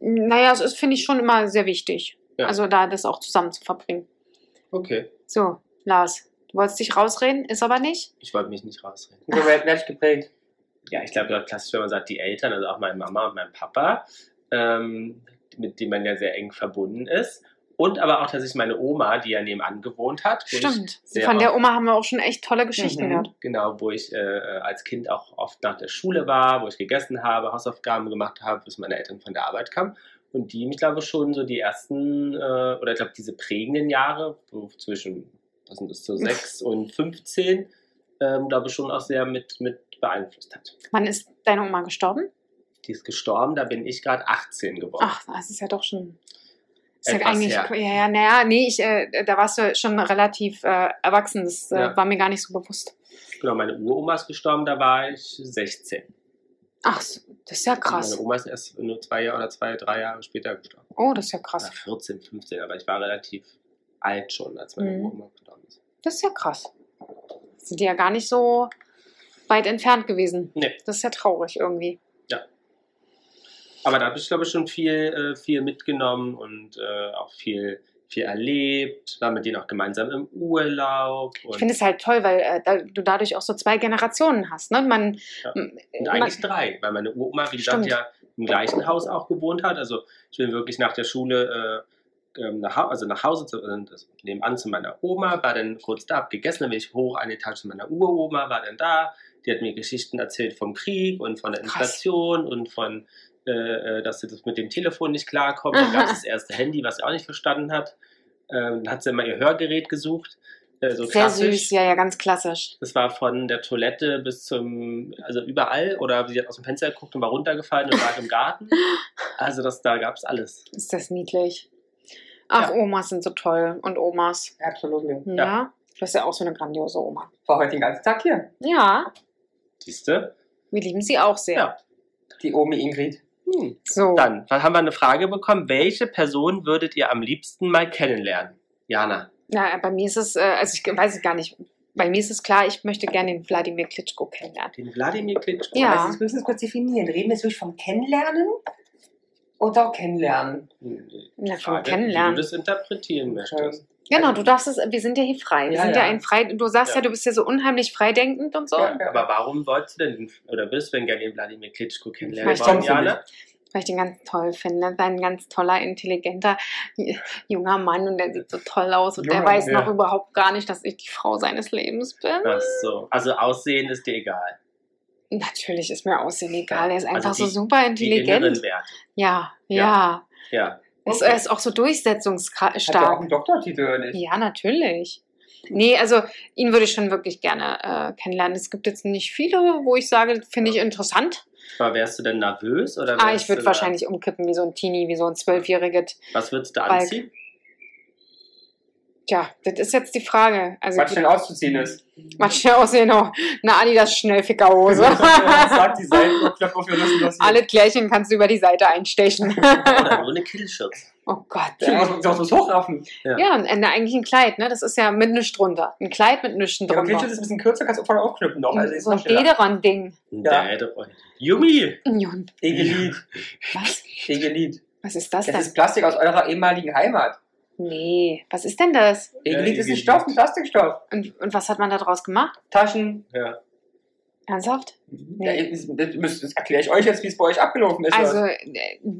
A: Naja, es ist, finde ich, schon immer sehr wichtig.
B: Ja.
A: Also da das auch zusammen zu verbringen.
B: Okay.
A: So, Lars, du wolltest dich rausreden, ist aber nicht.
B: Ich wollte mich nicht rausreden.
C: So werd- werd ich geprägt.
B: ja, ich glaube, klassisch, wenn man sagt, die Eltern, also auch meine Mama und mein Papa, ähm, mit dem man ja sehr eng verbunden ist. Und aber auch, dass ich meine Oma, die ja nebenan gewohnt hat, wo
A: Stimmt.
B: sehr
A: Von der
B: oft-
A: Oma haben wir auch schon echt tolle Geschichten
C: Mhm.
A: gehört.
B: ich, genau, wo ich äh, als Kind auch oft nach der Schule war, wo ich gegessen habe, Hausaufgaben gemacht habe, bis meine Eltern von der Arbeit kamen. Und die, ich glaube, schon so die ersten, äh, oder ich glaube, diese prägenden Jahre, so zwischen, was sind das, so sechs und 15, ähm, glaube ich, schon auch sehr mit, mit beeinflusst hat.
A: Wann ist deine Oma gestorben?
B: Die ist gestorben, da bin ich gerade 18 geworden.
A: Ach, das ist ja doch schon. Ist ja
B: Etwas
A: eigentlich,
B: her.
A: ja, ja, naja, nee, ich, äh, da warst du schon relativ äh, erwachsen, das äh,
B: Ja.
A: war mir gar nicht so bewusst.
B: Genau, meine Uroma ist gestorben, da war ich 16.
A: Ach, das ist ja krass.
B: Meine Oma ist erst nur zwei Jahre oder zwei, drei Jahre später gestorben.
A: Oh, das ist ja krass.
B: Oder 14, 15, aber ich war relativ alt schon, als meine
A: Mhm.
B: Uroma gestorben ist.
A: Das ist ja krass. Sind die ja gar nicht so weit entfernt gewesen.
B: Nee.
A: Das ist ja traurig irgendwie.
B: Aber da habe ich, glaube ich, schon viel, äh, viel mitgenommen und äh, auch viel, viel erlebt. War mit denen auch gemeinsam im Urlaub. Und,
A: Ich finde es halt toll, weil äh, da, du dadurch auch so zwei Generationen hast. Ne? Man,
B: Ja.
A: m-
B: Und
A: man,
B: eigentlich drei, weil meine Oma, wie gesagt,
A: Äh, Stimmt.
B: ja im gleichen Haus auch gewohnt hat. Also ich bin wirklich nach der Schule äh, ähm, nach, Hau- also nach Hause zu, äh, das- nebenan zu meiner Oma, war dann kurz da, hab gegessen, dann bin ich hoch eine Etage zu meiner Uroma, war dann da. Die hat mir Geschichten erzählt vom Krieg und von der
A: Krass.
B: Inflation und von, äh, äh, dass sie das mit dem Telefon nicht klarkommt. Dann gab es das erste Handy, was sie auch nicht verstanden hat. Ähm, dann hat sie immer ihr Hörgerät gesucht. Äh, so
A: sehr
B: klassisch.
A: süß, ja, ja, ganz klassisch.
B: Das war von der Toilette bis zum, also überall. Oder sie hat aus dem Fenster geguckt und war runtergefallen und lag im Garten. Also das, da gab es alles.
A: Ist das niedlich. Ach,
B: Ja.
A: Omas sind so toll. Und Omas.
C: Absolut. Ich
A: Ja.
B: Ja.
A: Du hast ja auch so eine grandiose Oma.
C: war heute den ganzen Tag hier.
A: Ja,
B: Siehste?
A: wir lieben sie auch sehr.
B: Ja.
C: Die Omi Ingrid.
B: Hm.
A: So,
B: Dann haben wir eine Frage bekommen. Welche Person würdet ihr am liebsten mal kennenlernen? Jana.
A: na, bei mir ist es, äh, also ich weiß es gar nicht, bei mir ist es klar, ich möchte gerne den Wladimir Klitschko kennenlernen.
B: Den Wladimir Klitschko.
A: Ja.
C: Also, das müssen wir kurz definieren. Reden wir jetzt wirklich vom Kennenlernen oder auch Kennenlernen?
A: Na, vom
B: Hm, Frage,
A: Kennenlernen.
B: Wie du das interpretieren möchtest.
A: Genau, du
C: Also-
A: darfst es, wir sind ja hier frei. Wir
C: Ja,
A: sind ja,
C: ja.
A: ein frei. Du sagst ja.
B: Ja.
A: du bist ja so unheimlich freidenkend und so.
C: Ja.
B: Aber warum wolltest du denn, oder würdest du denn gerne den Wladimir Klitschko kennenlernen?
A: Vielleicht
B: Warum,
C: kommst du
B: Jana?
C: nicht.
A: weil ich den ganz toll finde. Das ist ein ganz toller, intelligenter, j- junger Mann und der sieht so toll aus und der
B: Junger,
A: weiß
B: ja.
A: noch überhaupt gar nicht, dass ich die Frau seines Lebens bin.
B: Ach so. Also Aussehen ist dir egal.
A: Natürlich ist mir Aussehen egal,
B: Ja,
A: er ist
B: also
A: einfach
B: die-
A: so super
B: Die inneren
A: intelligent.
B: Werte.
A: Ja, ja.
B: Ja. Ja.
A: Ist,
C: Okay.
A: er ist auch so
C: Hat ja auch
A: durchsetzungsstark.
C: einen Doktortitel, oder nicht?
A: Ja, natürlich. Nee, also ihn würde ich schon wirklich gerne äh, kennenlernen. Es gibt jetzt nicht viele, wo ich sage, finde ich interessant.
B: Aber wärst du denn nervös? Oder
A: Ah,
B: wärst
A: ich würde
B: du da-
A: wahrscheinlich umkippen wie so ein Teenie, wie so ein Zwölfjähriges.
B: Was würdest du
A: Balk.
B: anziehen?
A: Tja, das ist jetzt die Frage. Also
C: Was
A: die-
C: schnell auszuziehen ist.
A: was schnell aussehen, genau. Eine Adidas Schnellfickerhose.
C: Was sagt die Seite? Ich glaube, wir lassen das hier.
A: Alle Klärchen kannst du über die Seite einstechen.
B: Oder nur eine Kittelschürze?
A: oh Gott.
C: Ich
A: Ey.
C: muss uns auch so hochraffen.
A: Ja, und äh, na, eigentlich ein Kleid, ne? Das ist ja mit nichts drunter. Ein Kleid mit nichts
C: Ja, aber
A: drunter.
C: Kitchen ist ein bisschen kürzer, kannst du vorne aufknüpfen noch. Also ist
A: so ein
C: noch schneller.
A: Dederon-Ding.
C: Ja.
B: Nee, doch nicht. Yumi!
A: Union.
C: Egelied.
A: Was?
C: Egelied.
A: Was ist das
C: Das
A: denn?
C: ist Plastik aus eurer ehemaligen Heimat.
A: Nee, was ist denn das?
C: Egelied ist ein
B: Egelied.
C: Stoff, ein Plastikstoff.
A: Und, und was hat man da draus gemacht?
C: Taschen.
B: Ja.
A: Ernsthaft?
C: Ja,
A: Nee.
C: das, müsst- das erkläre ich euch jetzt, wie es bei euch abgelaufen ist.
A: Mhm. also, äh,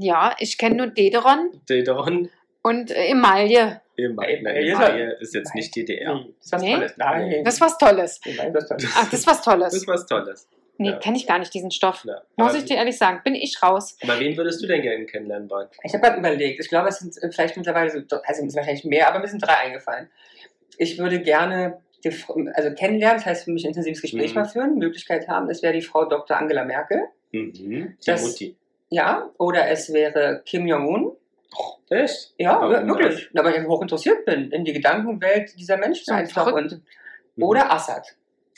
A: ja, ich kenne nur Dederon
B: Dedon.
A: und äh, Emaille.
B: Email.
C: Ey, ey,
B: Email ist jetzt nicht DDR.
C: Nee, das ist was
A: Nee?
C: Tolles. Nein.
A: Das ist was Tolles.
C: Nein, das ist was Tolles.
A: Ach, das ist was
B: Das ist
A: Tolles.
B: was Tolles.
A: Nee,
B: Ja.
A: kenne ich gar nicht, diesen Stoff.
B: Ja.
A: Muss
B: Aber-
A: ich dir ehrlich sagen, bin ich raus.
B: Aber wen würdest du denn gerne kennenlernen wollen?
C: Ich habe gerade überlegt, ich glaube, es sind äh, vielleicht mittlerweile so, also es sind wahrscheinlich mehr, aber mir sind drei eingefallen. Ich würde gerne, die, Fr- also kennenlernen, das heißt für mich ein intensives
B: Mhm.
C: Gespräch mal führen, Möglichkeit haben, es wäre die Frau Dr. Angela Merkel,
B: Mhm. Die
C: Das-
B: Mutti.
C: ja, oder es wäre Kim Jong-un,
B: Echt?
C: ja,
B: Warum
C: wir- wirklich, Na, weil ich einfach hochinteressiert bin, in die Gedankenwelt dieser Menschen
A: So ein
C: einfach und,
B: Mhm.
C: oder Assad,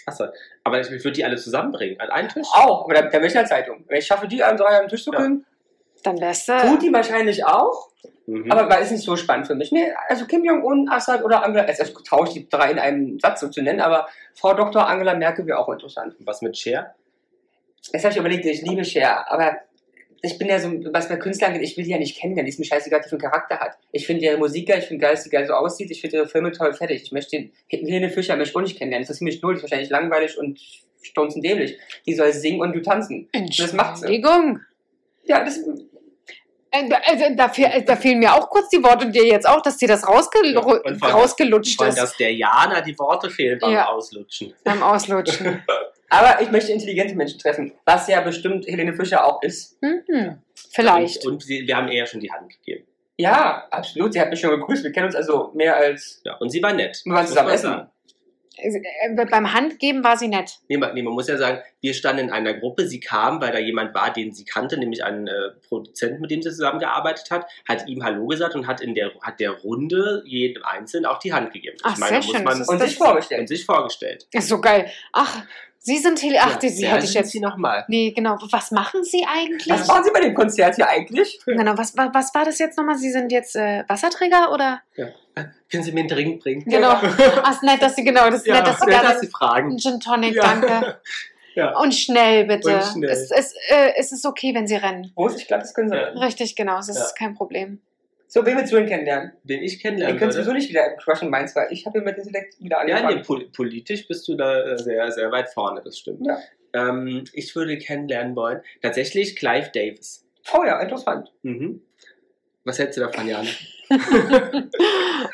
B: Achso. Aber ich würde die alle zusammenbringen. An einen Tisch.
C: auch, aber der, der Münchner Zeitung, wenn ich schaffe, die an drei am Tisch zu
B: Ja.
C: kriegen,
A: Dann wärst du.
C: tut die wahrscheinlich auch,
B: Mhm.
C: Aber war ist nicht so spannend für mich. Nee, also Kim Jong-un, Assad oder Angela, also ich tausche die drei in einem Satz so zu nennen, aber Frau Dr. Angela Merkel wäre auch interessant.
B: was mit Cher?
C: Jetzt habe ich überlegt, ich liebe Cher, aber ich bin ja so, was bei Künstlern geht, ich will die ja nicht kennenlernen, die ist mir scheißegal, die für einen Charakter hat. Ich finde ihre Musik geil, ich finde geil, dass sie geil so aussieht, ich finde ihre Filme toll, fertig. Ich möchte den Helene Fischer möchte ich auch nicht kennenlernen, das ist ziemlich null, das ist wahrscheinlich langweilig und stonzen dämlich. Die soll singen und du tanzen. Das macht sie.
A: Entschuldigung.
C: Ja, das,
A: Äh, da- Also, da, fehl, äh, da fehlen mir auch kurz die Worte und dir jetzt auch, dass dir das rausge
B: Ja, und vor allem-
A: rausgelutscht
B: Wollen,
A: ist
B: dass der Jana die Worte fehlen beim
A: Ja.
B: Auslutschen.
A: beim Auslutschen.
C: aber ich möchte intelligente Menschen treffen, was ja bestimmt Helene Fischer auch ist.
A: mhm. Vielleicht.
B: Und, und sie, wir haben ihr ja schon die Hand gegeben.
C: Ja, absolut. Sie hat mich schon gegrüßt. Wir kennen uns also mehr als.
B: Ja. Und sie war nett.
C: Wir waren
B: Muss
C: zusammen
B: man
C: essen.
B: sagen.
A: Also, äh, beim Handgeben war sie nett.
B: Nee, man, nee, man muss ja sagen, wir standen in einer Gruppe, sie kam, weil da jemand war, den sie kannte, nämlich ein äh, Produzent, mit dem sie zusammengearbeitet hat, hat ihm Hallo gesagt und hat in der, hat der Runde jedem Einzelnen auch die Hand gegeben.
A: Ach, sehr
B: da
A: schön,
B: muss
A: das
B: man
C: Und
A: das-
C: sich
B: und
C: vorgestellt.
B: sich vorgestellt.
A: Ist so geil. Ach, Sie sind Tele. Ach, die, sie hätte ich jetzt.
B: Sie nochmal.
A: Nee, genau. Was machen Sie eigentlich?
C: Was waren Sie bei dem Konzert hier eigentlich?
A: Genau, was, wa- was war das jetzt nochmal? Sie sind jetzt äh, Wasserträger oder?
B: Können Sie mir einen Drink bringen?
A: Genau. Ach, ist nett, dass Sie, genau, das ist nett, dass Sie da sind.
B: fragen.
A: Ein Gin Tonic,
B: Ja.
A: danke.
B: Ja.
A: Und schnell, bitte.
B: Und schnell.
A: Es, es, äh, es ist okay, wenn Sie rennen.
C: Groß, ich glaube, das können Sie.
B: Ja.
A: Richtig, genau. Es ist
B: Ja.
A: kein Problem.
C: So, wen willst du denn kennenlernen?
B: Den ich
C: Wir
B: kennenlernen
C: können
B: würde.
C: sowieso nicht wieder crushen, meins, weil ich habe hier mit Intellekt wieder
B: ja, nee,
C: angefangen.
B: pol politisch bist du da äh, sehr, sehr weit vorne, das stimmt.
C: Ja.
B: Ähm, ich würde kennenlernen wollen, tatsächlich Clive Davis.
C: oh ja, interessant.
B: Mhm. Was hältst du davon, Jana?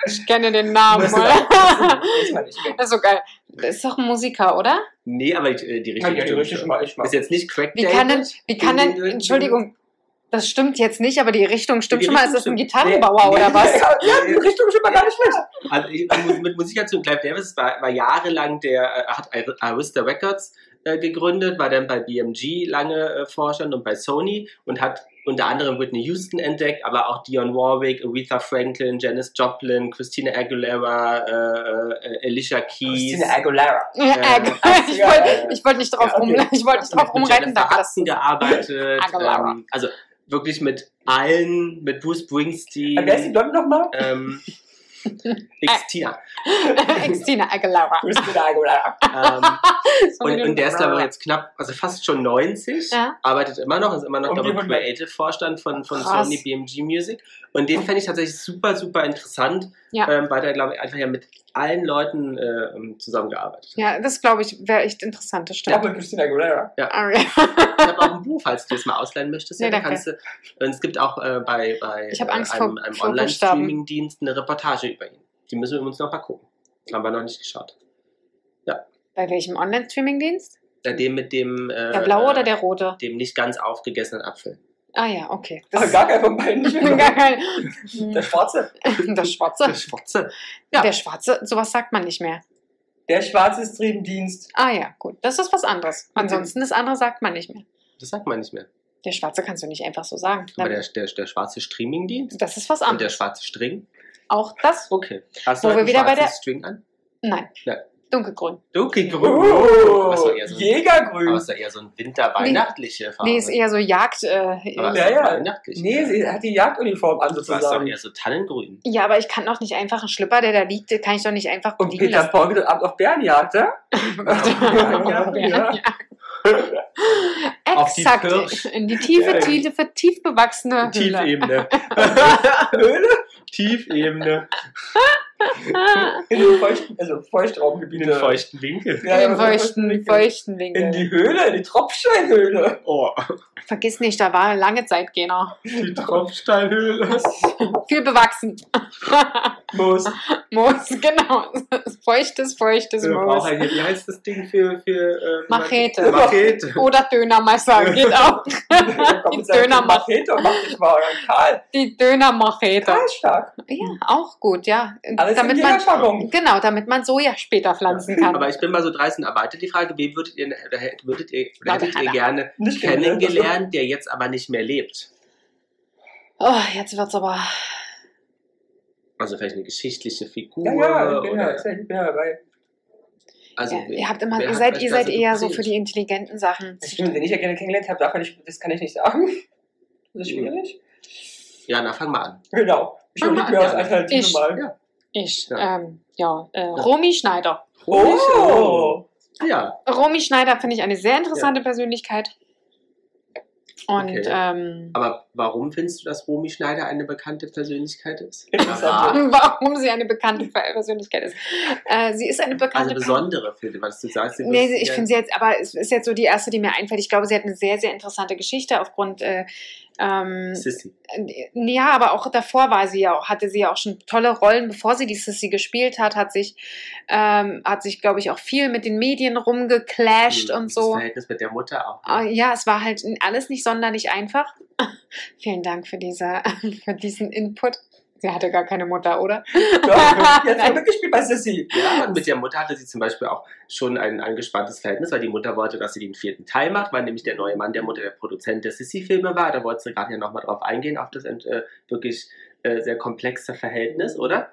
A: Ich kenne den Namen,
C: Müssen
A: oder?
C: wir- müssen wir nicht.
A: Das ist so geil. Das ist doch ein Musiker, oder?
B: Nee, aber die, äh, die
C: Ja,
B: richtige
C: ja, die
B: Type.
C: richtig schon mal. Ich mal.
B: Ist jetzt nicht Craig
A: Wie
B: David.
A: kann denn, wie kann denn, Entschuldigung, das stimmt jetzt nicht, aber die Richtung stimmt
B: Die
A: schon mal. Ist
B: Richtung
A: das ein
B: stimmt.
A: Gitarrenbauer
B: Nee,
A: oder
B: nee.
A: was?
C: Ja, ja, die Richtung schon mal gar nicht schlecht.
B: Also, ich- mit- mit Musiker zu Clive Davis war, war jahrelang der, äh, hat Ar- Arista Records äh, gegründet, war dann bei BMG lange äh, Vorstand und bei Sony und hat unter anderem Whitney Houston entdeckt, aber auch Dionne Warwick, Aretha Franklin, Janis Joplin, Christina Aguilera, äh, äh, Alicia Keys.
C: Christina Aguilera.
A: Ja,
B: Äh,
A: äh,
B: ach,
A: ich
C: ja,
A: wollte
B: äh,
A: ich wollte nicht drauf
B: ja, okay.
A: rum, ich wollte nicht drauf
B: mit
A: rumrennen,
B: Jennifer
A: aber das
B: Hudson gearbeitet.
A: Aguilera.
B: ähm, also wirklich mit allen, mit Bruce Springsteen.
C: Wer ist die Blonde nochmal?
B: ähm, Xtina.
A: Christina Aguilera.
C: Christina Aguilera.
B: ähm, Und,
A: Sorry,
B: und der ist, glaube ich,
A: Aguilera.
B: jetzt knapp, also fast schon 90,
A: Ja.
B: arbeitet immer noch, ist immer noch,
C: Um
B: glaube
C: die
B: ich,
C: 100.
B: Creative-Vorstand von, von
A: Krass.
B: Sony BMG Music. Und den fände ich tatsächlich super, super interessant,
A: Ja.
B: ähm, weil er, glaube ich, einfach ja mit allen Leuten äh, zusammengearbeitet hat.
A: Ja, das glaube ich, wäre echt interessant, das
C: Auch
A: stimmt.
C: mit Christina Aguilera.
A: Ariel.
B: Ich habe auch ein Buch, falls du das mal ausleihen möchtest. Ja,
A: Nee,
B: da
A: danke.
B: kannst du, und es gibt auch äh, bei, bei
A: Ich hab
B: äh,
A: Angst vor-
B: einem, einem
A: vor Buchstaben.
B: Online-Streaming-Dienst eine Reportage über ihn. Die müssen wir uns noch mal gucken. Haben wir noch nicht geschaut.
A: Bei welchem Online-Streaming-Dienst?
B: Bei dem mit dem äh,
A: Der blaue oder der rote?
B: dem nicht ganz aufgegessenen Apfel.
A: Ah ja, okay.
C: Aber gar kein von beiden. nicht mehr.
A: Gar kein.
C: Der Schwarze.
A: Hm, Das Schwarze.
B: Schwarze. Ja.
A: Der Schwarze, sowas sagt man nicht mehr.
C: Der schwarze Streamdienst.
A: Ah ja, gut. Das ist was
B: Mhm.
A: anderes. Ansonsten das andere sagt man nicht mehr.
B: Das sagt man nicht mehr.
A: Der Schwarze kannst du nicht einfach so sagen.
B: Aber der, der, der schwarze Streaming-Dienst
A: das ist was
B: und der
A: anderes.
B: schwarze String.
A: Auch das?
B: Okay. Hast du
A: Wo
B: heute
A: wir wieder
B: einen
A: bei
B: schwarzen String an?
A: Nein.
B: Ja.
A: Dunkelgrün.
B: Okay, grün.
C: Oh,
B: Was war eher so ein Aber
C: Jägergrün.
B: ist ja eher so ein winterweihnachtliche Farbe.
A: Uh, Nee, ist eher so Jagd. Äh,
B: Ah, aber ja,
C: Ja, ja.
B: ja. weihnachtlich.
C: Nee, sie hat die Jagduniform an
B: das war doch
C: sozusagen.
B: eher so Tannengrün.
A: ja, aber ich kann doch nicht einfach einen Schlüpper, der da liegt, den kann ich doch nicht einfach
C: Und
A: liegen
C: Peter
A: lassen.
C: Paul geht ab auf ne? Bärenjagd, ja?
A: Ja,
C: Ja, ja.
B: Auf die
A: Exakt.
B: Pirsch.
A: in die tiefe,
B: Ja.
A: tiefe, tief bewachsene Höhle.
B: Tiefebene. Tiefebene.
A: Ah,
C: In den feuchten, also
B: In
C: Feuchtraumgebiete.
B: den feuchten Winkel.
C: Ja, ja,
A: Im feuchten, feuchten
C: In
A: Winkel.
C: die Höhle, in die Tropfsteinhöhle.
B: Oh,
A: Vergiss nicht, da war lange Zeit genau.
B: die Tropfsteinhöhle.
A: Viel bewachsen.
C: Los.
A: Moos, genau. Feuchtes, feuchtes
B: Wir
A: Moos.
B: brauchen hier, wie heißt das Ding für... für ähm,
A: Machete.
B: Machete.
A: Oder Dönermesser, geht auch.
C: Die
A: die Dönermachete.
C: Machete mach dich mal. Karl,
A: Die Dönermachete.
C: Karl stark.
A: Ja, auch gut, ja.
C: Alles
A: damit
C: in
A: man,
C: Jägerjargon.
A: genau, damit man Soja später pflanzen kann.
B: Aber ich bin mal so dreist und erweitere die Frage, wen würdet ihr, oder hätt- würdet ihr, oder
A: Warte,
B: hättet ihr
A: Hanna.
B: gerne
C: Nicht
B: kennengelernt, der jetzt aber nicht mehr lebt?
A: oh, jetzt wird's aber.
B: Also vielleicht eine geschichtliche Figur.
C: Ja, ja, ich bin ja,
B: oder,
C: ich bin ja dabei.
B: also,
A: ja, ihr habt immer,
B: wer
A: ihr
B: hat
A: seid,
B: euch
A: ihr
B: da
A: seid
B: so
A: eher so für
B: geprägt?
A: die intelligenten Sachen.
C: Das stimmt, den ich ja gerne kennengelernt habe, darf man nicht, das kann ich nicht sagen. Das ist schwierig.
B: Ja, na, fang mal an.
C: Genau. Ich
B: Mach
C: überlege
B: mal
C: mir
B: an,
C: was
B: ja.
C: Alternatives
A: Ich-
C: mal.
A: Ich,
B: Ja.
A: ähm, ja, äh, Romy Schneider.
C: Oh!
B: Ja,
A: Romy Schneider finde ich eine sehr interessante Persönlichkeit. Und
B: Okay.
A: ähm,
B: aber warum findest du, dass Romy Schneider eine bekannte Persönlichkeit ist?
C: Interessant.
B: Aha.
A: warum sie eine bekannte Persönlichkeit ist. Äh, sie ist eine
B: Also
A: bekannte
B: besondere für dich, was du sagst. du
A: Nee,
B: bist
A: ich
B: ja-
A: finde sie jetzt, aber es ist jetzt so die erste, die mir einfällt. Ich glaube, sie hat eine sehr, sehr interessante Geschichte aufgrund. Äh, ähm,
B: Sissy.
A: äh, ja, aber auch davor war sie ja, auch- hatte sie ja auch schon tolle Rollen, bevor sie die Sissy gespielt hat, hat sich, ähm, hat sich, glaube ich, auch viel mit den Medien rumgeclasht und
B: Hm, Das
A: so.
B: Verhältnis mit der Mutter auch.
A: Ah, Ja, es war halt alles nicht sonderlich einfach. Vielen Dank für, diese, für diesen Input. Sie hatte gar keine Mutter, oder?
C: Ja, jetzt
A: Nein.
C: haben wir gespielt bei Sissy.
B: Ja, und mit der Mutter hatte sie zum Beispiel auch schon ein angespanntes Verhältnis, weil die Mutter wollte, dass sie den vierten Teil macht, weil nämlich der neue Mann der Mutter der Produzent der Sissy-Filme war. Da wollte sie gerade ja nochmal drauf eingehen, auf das äh, wirklich äh, sehr komplexe Verhältnis, oder?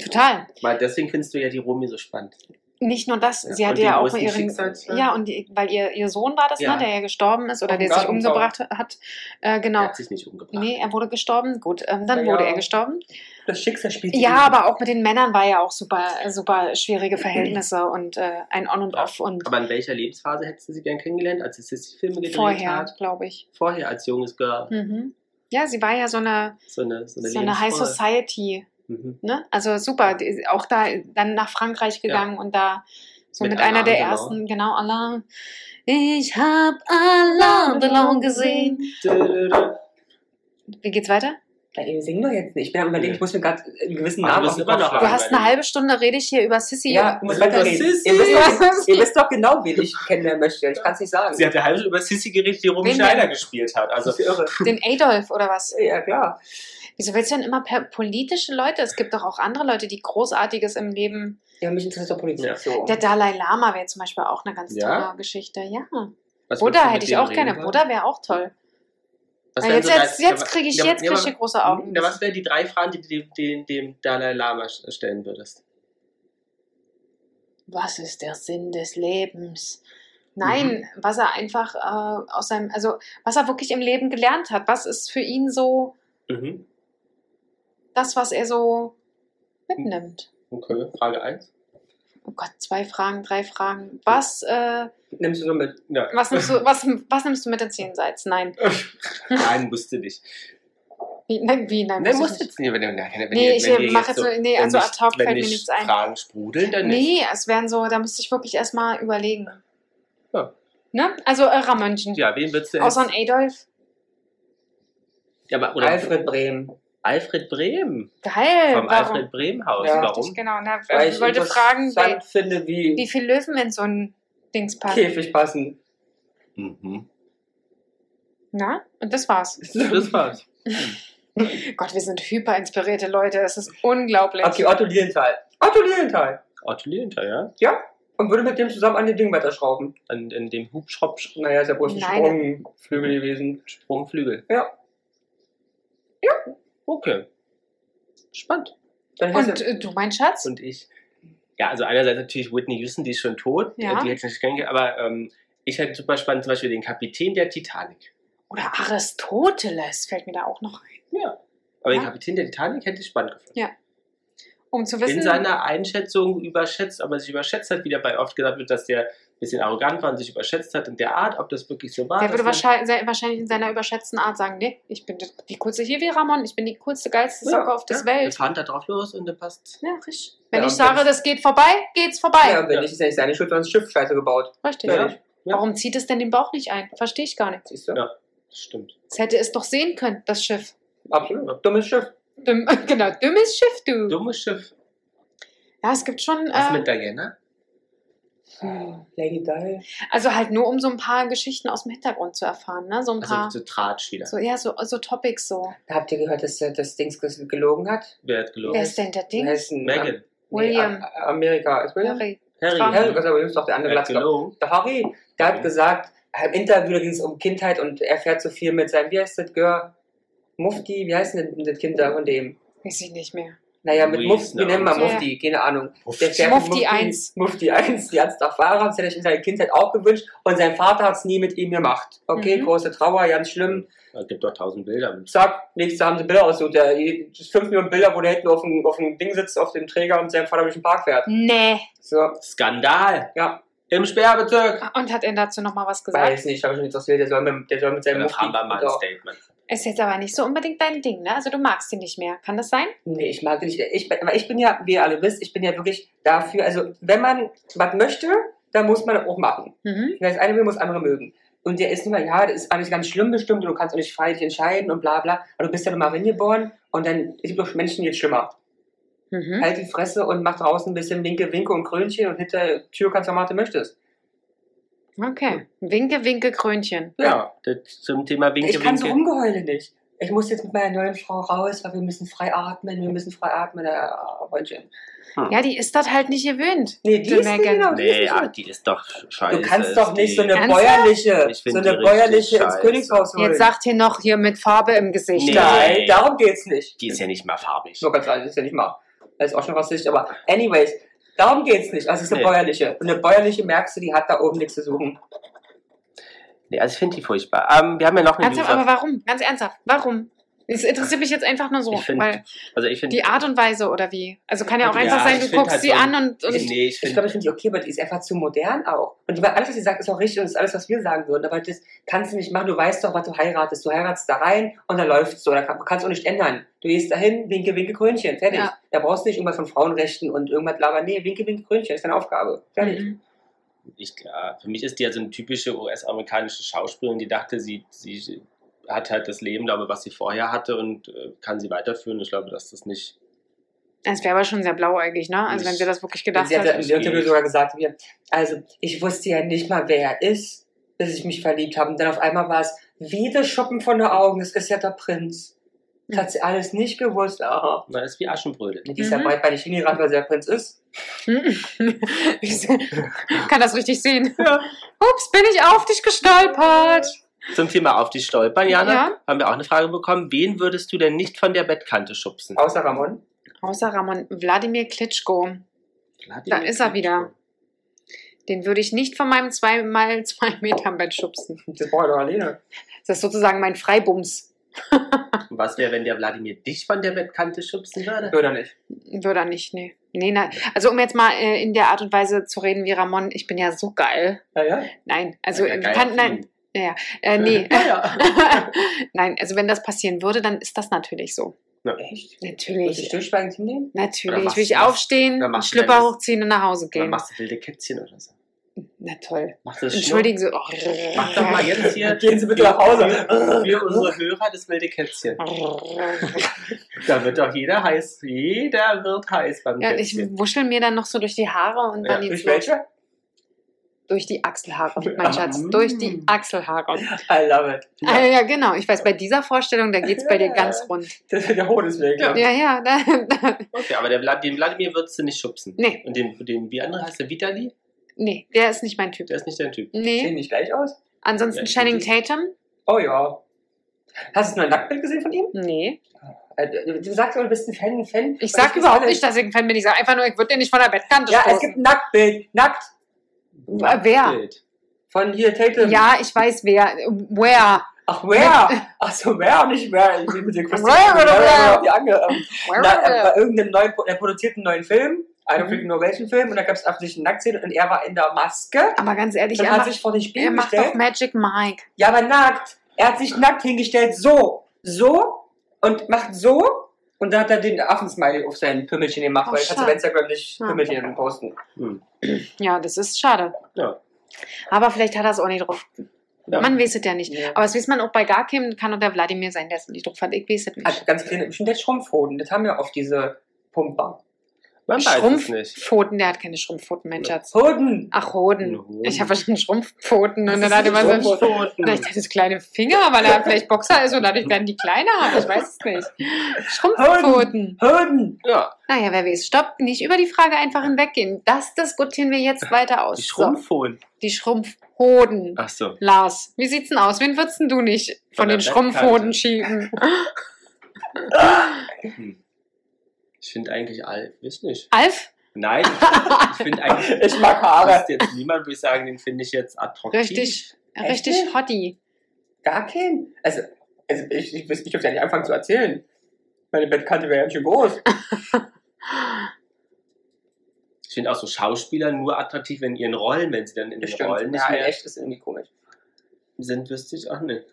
A: Total.
B: Weil deswegen findest du ja die Romy so spannend.
A: Nicht nur das,
B: Ja,
A: sie
B: und
A: hatte
B: den
A: ja auch
B: größten
A: ihren.
B: Schicksalsschlag.
A: Ja, und die, weil ihr, ihr Sohn war das,
B: Ja.
A: ne, der ja gestorben ist oder
C: Auf
A: der
C: dem
A: sich
C: Gartenbau.
A: umgebracht hat. Äh,
B: Er
A: genau.
B: hat sich nicht umgebracht.
A: Nee, er wurde gestorben. Gut, ähm, dann
C: Ja,
A: wurde
C: ja.
A: er gestorben.
C: Das Schicksal spielt
A: Ja, aber auch mit den Männern war ja auch super, super schwierige Verhältnisse und äh, ein On und
B: Ja.
A: Off und
B: Aber in welcher Lebensphase hättest du sie gern kennengelernt? Als sie Sissy-Filme gedreht
A: vorher,
B: hat?
A: glaube ich.
B: Vorher, als junges Girl.
A: Mhm. Ja, sie war ja so eine,
B: So eine, so eine,
A: so eine High
B: Lebensfrau.
A: Society,
B: Mhm.
A: ne? Also super, die- auch da dann nach Frankreich gegangen und da so
B: Mit
A: mit, einer
B: Alain
A: der
B: Delon.
A: ersten, genau, Alain. Ich hab Alain Delon gesehen. Wie geht's weiter?
C: Na, eben singen wir jetzt nicht. Ich bin am überlegen,
B: Nee.
C: ich muss mir gerade einen gewissen
B: Ach,
C: Namen
B: wir
C: auf den
B: müssen immer
C: Kopf
B: noch
A: Du
C: schlagen.
B: einen.
A: hast eine halbe Stunde rede ich hier über Sissy.
C: Ja, du musst weiterreden.
B: Sissy.
C: Ihr wisst, doch,
A: Sissy.
C: ihr wisst doch genau, wen ich kennenlernen möchte. Ich kann es nicht sagen.
B: Sie hat ja halb über Sissy geredet, die Romy
A: Wen
B: Schneider
A: denn?
B: gespielt hat. Also
C: das ist irre.
A: Den Adolf oder was?
C: Ja, klar.
A: Wieso willst du denn immer per politische Leute? Es gibt doch auch andere Leute, die Großartiges im Leben.
C: Ja, mich interessiert doch Politik
B: Ja.
C: so.
A: Der Dalai Lama wäre zum Beispiel auch eine ganz
B: Ja?
A: tolle Geschichte. Ja.
B: Was würdest
A: Buddha
B: du mit
A: hätte ich
B: denen
A: auch gerne.
B: reden wollen?
A: Buddha wäre auch toll.
B: Was
A: Na,
B: wären
A: jetzt
B: so
A: jetzt,
B: drei-
A: jetzt kriege ich,
B: Ja,
A: jetzt
B: ja,
A: krieg ich hier große Augen.
B: Na, was wären die drei Fragen, die du dem, dem, dem Dalai Lama stellen würdest?
A: was ist der Sinn des Lebens? Nein,
B: Mhm.
A: was er einfach äh, aus seinem, also was er wirklich im Leben gelernt hat. Was ist für ihn so
B: Mhm.
A: das, was er so mitnimmt?
B: Okay, Frage 1.
A: Oh Gott, zwei Fragen, drei Fragen. Was, äh,
C: Nimmst du so mit?
B: Ja.
A: was, nimmst, du, was, was nimmst du mit ins Jenseits? Nein.
B: Nein, wusste nicht.
A: Wie, nein, wie, nein,
B: Nein,
A: muss
B: muss
A: ich nicht.
B: jetzt nicht. Wenn, wenn, wenn, wenn
A: Nee,
B: ihr-
A: ich
B: wenn ihr
A: mach jetzt
B: so-
A: so- nee,
B: wenn
A: also
B: nicht-
A: ad hoc
B: wenn
A: fällt mir
B: nicht
A: nichts ein.
B: Fragen sprudeln, dann nicht.
A: Nee, es wären so, da müsste ich wirklich erstmal überlegen.
B: Ja.
A: Ne? Also äh, Ramönchen.
B: Ja, wen würdest du
A: Außer
B: essen?
A: ein Adolf.
B: Ja, aber, oder
C: Alfred Brehm.
B: Alfred Brehm.
A: Geil.
B: Vom
A: warum?
B: Alfred Brehm Haus.
C: Ja.
A: Richtig,
B: Warum?
A: genau. Na,
C: Weil
A: ich wollte fragen,
C: interessant
A: wie,
C: finde, wie,
A: wie viele Löwen in so ein Dings passen.
C: Käfig passen.
B: Mhm.
A: Na? Und das war's.
B: Das war's.
A: Gott, wir sind hyper inspirierte Leute. Es ist unglaublich.
C: Okay, Otto Lilienthal. Otto Lilienthal.
B: Otto Lilienthal, ja?
C: Und würde mit dem zusammen an den Ding weiterschrauben.
B: An, in dem Hubschrauber
C: Naja, ist ja bloß ein
A: Nein.
C: Sprungflügel gewesen.
B: Sprungflügel.
C: Ja.
B: Okay. Spannend.
C: Dann
A: Und
C: hätte-
A: äh, du, mein Schatz?
B: Und ich. Ja, also einerseits natürlich Whitney Houston, die ist schon tot.
A: Ja.
B: äh, Die hätte ich nicht gerne, aber ähm, ich hätte super spannend zum Beispiel den Kapitän der Titanic.
A: Oder Aristoteles fällt mir da auch noch ein.
B: Aber den
A: Ja.
B: Kapitän der Titanic hätte ich spannend gefunden.
A: Um zu wissen,
B: In seiner Einschätzung überschätzt, aber sich überschätzt hat, wie dabei oft gesagt wird, dass der ein bisschen arrogant war und sich überschätzt hat in der Art, ob das wirklich so war.
A: der würde
B: dass man-
A: wahrscheinlich, sehr- wahrscheinlich in seiner überschätzten Art sagen, nee, ich bin die- die kurze hier wie Ramon, ich bin die kurze, geilste Socke auf der
B: ja, Wir
A: Welt.
B: fahren da drauf los und dann passt.
A: Ja, richtig. Wenn
C: Ja,
A: ich
C: und
A: sage,
C: wenn-
A: das geht vorbei, geht's vorbei.
C: Ja, wenn nicht, ist ja nicht seine Schuld, sondern das Schiff scheiße gebaut.
A: Richtig.
B: Ja.
A: Warum zieht es denn den Bauch nicht ein? Verstehe ich gar nicht.
C: Siehst du?
B: Ja. Stimmt.
A: Es hätte es doch sehen können, das Schiff.
C: Absolut. Dummes Schiff.
A: Dumm, genau, dummes Schiff, du.
B: Dummes Schiff.
A: Ja, es gibt schon.
B: Was
A: Äh,
B: mit Diana?
A: Hm.
C: Lady Di.
A: also halt nur, um so ein paar Geschichten aus dem Hintergrund zu erfahren, ne? So ein
B: Also
A: paar.
B: zu Tratsch wieder.
A: so, ja, so, so Topics so.
C: Habt ihr gehört, dass äh, das Dings ges- gelogen hat?
B: Wer hat gelogen?
A: Wer ist denn der
C: Wie
A: Ding?
C: heißt denn? Am-
B: Megan.
A: William.
C: Nee, A- Amerika. Ist William?
A: Harry.
B: Harry.
A: Trump.
C: Harry, was aber übrigens doch der andere
B: Wer hat
C: Platz.
B: gelogen?
C: Der Harry, der hat
B: Mhm.
C: gesagt, im Interview ging es um Kindheit und er fährt so viel mit seinem, wie heißt das, Girl? Mufti, wie heißt denn das Kind da von dem?
A: Weiß ich nicht mehr.
C: Naja, mit
B: Luis,
C: Mufti,
B: ne,
C: wie nennen wir
A: und so.
C: Mufti? Keine Ahnung.
B: Mufti.
C: fährt
A: Mufti
C: mit
A: 1.
C: Mufti 1, die hat's doch Fahrer, das hätte ich in seiner Kindheit auch gewünscht und sein Vater hat's nie mit ihm gemacht. Okay,
A: Mhm.
C: große Trauer, ganz schlimm.
B: oh, Es gibt doch tausend Bilder. mit-
C: Zack, nächste haben sie Bilder ausgesucht. Der, die- das fünf Millionen Bilder, wo der hinten auf dem, auf dem Ding sitzt, auf dem Träger und sein Vater durch den Park fährt.
A: Nee.
C: So,
B: Skandal.
C: ja,
B: Im Sperrbezirk.
A: Und hat er dazu nochmal was gesagt?
C: weiß nicht, habe ich nicht interessiert. Der soll mit, der soll mit seinem
B: Da haben wir mal ein
C: So.
B: Statement.
A: Ist jetzt aber nicht so unbedingt dein Ding, ne? Also du magst ihn nicht mehr. Kann das sein?
C: Nee, ich mag nicht. Ich, bin- aber ich bin ja, wie ihr alle wisst, ich bin ja wirklich dafür. Also, wenn man was möchte, dann muss man das auch machen.
A: Mhm.
C: Wenn das eine will, muss das andere mögen. Und der ist nun mal, ja, das ist alles ganz schlimm bestimmt und du kannst auch nicht frei dich entscheiden und bla bla. Aber du bist ja nun mal reingeboren und dann es gibt doch Menschen, die jetzt schlimmer.
A: Mhm.
C: Halt die Fresse und mach draußen ein bisschen linke Winke und Krönchen und hinter der Tür kannst du machen, was du möchtest.
A: Okay. Winke, winke, Krönchen.
B: Ja, das zum Thema Winke,
C: ich kann so
B: Winke.
C: rumgeheule nicht. Ich muss jetzt mit meiner neuen Frau raus, weil wir müssen frei atmen, wir müssen frei atmen. äh, Ja, Freundchen.
A: Ja, die ist das halt nicht gewöhnt.
C: Nee, die
A: Der
C: ist nicht
A: Megan.
C: genau, die ist
B: Nee,
C: nicht
B: ach,
C: so.
B: die ist doch scheiße.
C: Du kannst doch
B: ist
C: nicht so
B: die-
C: eine
A: Ernsthaft?
C: bäuerliche,
B: Ich
C: so
B: find
C: eine
B: die richtig
C: bäuerliche ins
B: scheiße.
C: Königshaus holen.
A: Jetzt sagt hier noch hier mit Farbe im Gesicht.
B: Nee.
C: Nein, darum geht's nicht.
B: Die ist ja nicht mal farbig.
C: So ganz ehrlich, ist ja nicht mal. Das ist auch schon rassistisch, aber anyways, darum geht's nicht. Also es ist eine
B: Nee.
C: bäuerliche. Und eine bäuerliche merkst du, die hat da oben nichts zu suchen.
B: Nee, also ich finde die furchtbar. Ähm, wir haben ja noch eine
A: Ernsthaft, aber
B: User.
A: warum? Ganz ernsthaft, warum? Es interessiert mich jetzt einfach nur so,
B: Ich find-
A: weil
B: Also ich finde.
A: die Art und Weise oder wie? Also kann ja auch
B: Ja,
A: einfach sein,
B: ich
A: du
B: find
A: guckst
B: halt
A: sie
B: so
A: an und, und
B: Ich, nee, ich
C: Ich glaube,
B: finde.
C: ich finde die okay, aber die ist einfach zu modern auch. Und ich meine, alles, was sie sagt, ist auch richtig und ist alles, was wir sagen würden. Aber das kannst du nicht machen. Du weißt doch, was du heiratest. Du heiratest da rein und dann läuft's so. Da kann, kannst du auch nicht ändern. Du gehst dahin, winke, winke, Krönchen. Fertig.
A: Ja.
C: Da brauchst du nicht irgendwas von Frauenrechten und irgendwas labern. Nee, winke, winke, Krönchen. Ist deine Aufgabe. Fertig.
A: Mhm.
B: Ich, äh, für mich ist die ja so eine typische US-amerikanische Schauspielerin, die dachte, sie, sie hat halt das Leben, glaube was sie vorher hatte und äh, kann sie weiterführen. Ich glaube, dass das nicht.
A: Das wäre aber schon sehr blauäugig, ne? Also wenn
B: Nicht-
A: sie das wirklich
C: Und
A: gedacht
C: sie hat ja
A: hat.
C: im Interview
B: geht.
C: sogar gesagt, wir, also ich wusste ja nicht mal, wer er ist, bis ich mich verliebt habe. Und dann auf einmal war es wie der Schuppen von den Augen. Das ist ja der Prinz. Das hat sie alles nicht gewusst. Oh. Aha.
B: Na, ist wie Aschenbrödel.
C: Die ist ja
A: Mhm.
C: bald bei nicht hingerannt, weil sie der Prinz ist.
A: Ich Hm? kann das richtig sehen. Ups, bin ich auf dich gestolpert.
B: Zum Thema auf die Stolpern, Jana,
A: Ja.
B: haben wir auch eine Frage bekommen. Wen würdest du denn nicht von der Bettkante schubsen?
C: Außer Ramon.
A: Außer Ramon, Wladimir Klitschko. Da ist er wieder. Den würde ich nicht von meinem 2 mal 2 Meter Bett schubsen.
C: Das braucht er doch alleine.
A: Das ist sozusagen mein Freibums.
B: Und Was wäre, wenn der Wladimir dich von der Bettkante schubsen würde?
C: Oder nicht?
A: Würde er nicht, nee. Nee, nein. Also um jetzt mal äh, in der Art und Weise zu reden wie Ramon, ich bin ja so geil.
C: Ja, ja.
A: Nein, also
B: Ja,
A: äh,
B: geil
A: kann,
B: auf
A: nein,
B: ihn.
A: Ja, äh, nee.
B: Naja.
A: Nein, also wenn das passieren würde, dann ist das natürlich so.
C: Echt? Willst du
A: Natürlich.
C: stillschweigend hinnehmen?
B: Oder
A: Natürlich.
B: machst
A: Will ich
B: du was?
A: aufstehen,
B: Oder
A: einen
B: machst du
A: Schlüpper
B: denn das?
A: hochziehen und nach Hause
B: Dann
A: gehen.
B: machst du wilde Kätzchen oder so.
A: Na toll.
B: Machst du das
A: Entschuldigen Sie. Oh.
B: Schnurr? Mach doch mal jetzt hier
C: Gehen Sie bitte nach
B: für für unsere Hörer das wilde Kätzchen. Da wird doch jeder heiß. Jeder wird heiß beim
A: Ja, und ich
B: Kätzchen.
A: wuschel mir dann noch so durch die Haare und
B: Ja,
A: dann
C: Durch
A: jetzt los.
C: welche?
A: durch die Achselhaare, mein
B: Ah,
A: Schatz.
B: mm.
A: Durch die Achselhaare.
C: I love it.
A: Ja, ah, ja genau. Ich weiß, bei dieser Vorstellung, da geht's bei dir
C: Ja.
A: ganz rund.
C: Das der Hoden ist weg.
B: Ja.
C: Ja.
A: Ja, ja. Da, da.
B: Okay, aber der, Vlad- den Vladimir würdest du nicht schubsen.
A: Nee,
B: Und den, den, wie andere heißt der Vitali?
A: nee, der ist nicht mein Typ.
B: Der ist nicht dein Typ.
A: Nee.
C: Sehen nicht gleich aus?
A: Ansonsten
B: Ja,
A: Channing
B: die-
A: Tatum?
C: Oh ja. Hast du nur ein Nacktbild gesehen von ihm?
A: Nee.
C: Äh, Du sagst immer, du bist ein Fan, ein Fan.
A: Ich sag überhaupt nicht, dass ich ein Fan bin. Ich sag einfach nur, ich würde den nicht von der Bettkante
C: Ja, es
A: stoßen.
C: gibt ein Nacktbild. Nackt.
A: wer?
B: Bild.
C: Von hier, Tatum.
A: Ja, ich weiß wer. Where?
C: Ach, where? Ach so, where und nicht where. Ich bin mit dir kurz
A: Where oder where?
C: die Ange. ähm,
A: Where äh,
C: Na,
A: where?
C: er, war irgendeinem neuen, Pro- er produziert einen neuen Film. I don't
A: Mhm.
C: freaking know welchen Film. Und da gab es absichtlich eine Nacktszene und er war in der Maske.
A: Aber ganz ehrlich,
C: und
A: er
C: hat
A: macht,
C: sich vor den Spiegel
A: er macht
C: gestellt.
A: doch Magic Mike.
C: Ja, aber nackt. Er hat sich nackt hingestellt, so, so und macht so. Und dann hat er den Affensmiley auf sein Pimmelchen gemacht,
A: Oh,
C: weil ich hatte
A: schade.
C: bei Instagram nicht
A: Ja.
C: Pimmelchen posten.
B: Hm.
A: Ja, das ist schade.
B: Ja.
A: Aber vielleicht hat er es auch nicht drauf.
B: Ja.
A: Man weiß es ja nicht.
C: Nee.
A: Aber das weiß man auch bei gar keinem, kann auch der Wladimir sein, der es nicht drauf hat. Ich weiß es nicht.
C: Hat Also, ganz kleine, bestimmt der Schrumpfhoden. Das haben wir auf diese Pumper.
B: Man weiß es nicht.
A: Schrumpfpfoten, der hat keine Schrumpfpfoten, mein Schatz.
C: Hoden!
A: Ach, Hoden.
B: Hoden.
A: Ich habe wahrscheinlich Schrumpfpfoten und
C: Das
A: dann hat
C: ist
A: er mal so
B: Schrumpfhoden.
A: Vielleicht hat er kleine Finger, weil er vielleicht Boxer ist und dadurch werden die kleiner. Ich weiß es nicht. Schrumpfpfoten.
C: Hoden!
B: Ja,
A: Naja, wer weiß. Stopp, nicht über die Frage einfach hinweggehen. Das diskutieren wir jetzt weiter aus.
B: die Schrumpfhoden.
A: So, die Schrumpfhoden.
B: Ach so.
A: Lars, wie sieht's denn aus? Wen würdest denn du nicht von,
B: Von der
A: den Schrumpfhoden
B: Bettkante.
A: schieben?
B: Hm. Ich finde eigentlich all, weiß nicht.
A: Alf?
B: Nein, ich, ich finde eigentlich,
C: Ich mag
B: das
C: Haare.
B: ist jetzt niemand, würde ich sagen, den finde ich jetzt attraktiv.
A: Richtig,
C: Echt
A: richtig
C: nicht?
A: Hottie.
C: Gar keinen. Also, also ich, ich, wüsste- ich dürfte ja nicht anfangen zu erzählen. Meine Bettkante wäre ganz schön groß.
B: Ich finde auch so Schauspieler nur attraktiv in ihren Rollen, wenn sie dann in den Rollen nicht
C: Ja, in
B: mehr
C: echt ist irgendwie komisch.
B: sind, wüsste ich auch nicht.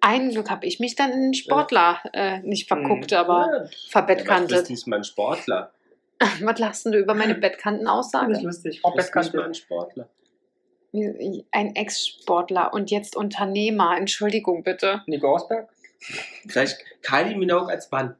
A: Ein Glück habe ich mich dann in einen Sportler äh, nicht verguckt, aber
B: Mhm. ja, aber
A: verbettkantet.
B: ich nicht mal ein Sportler.
A: Was lachst denn du über meine
C: Das ist
A: Bettkantenaussage?
C: lustig.
B: Ich bist nicht mal
C: Bettkante.
B: ein Sportler.
A: Ein Ex-Sportler und jetzt Unternehmer. Entschuldigung bitte.
C: Nico Rosberg?
B: Vielleicht Kylie Minogue als Mann.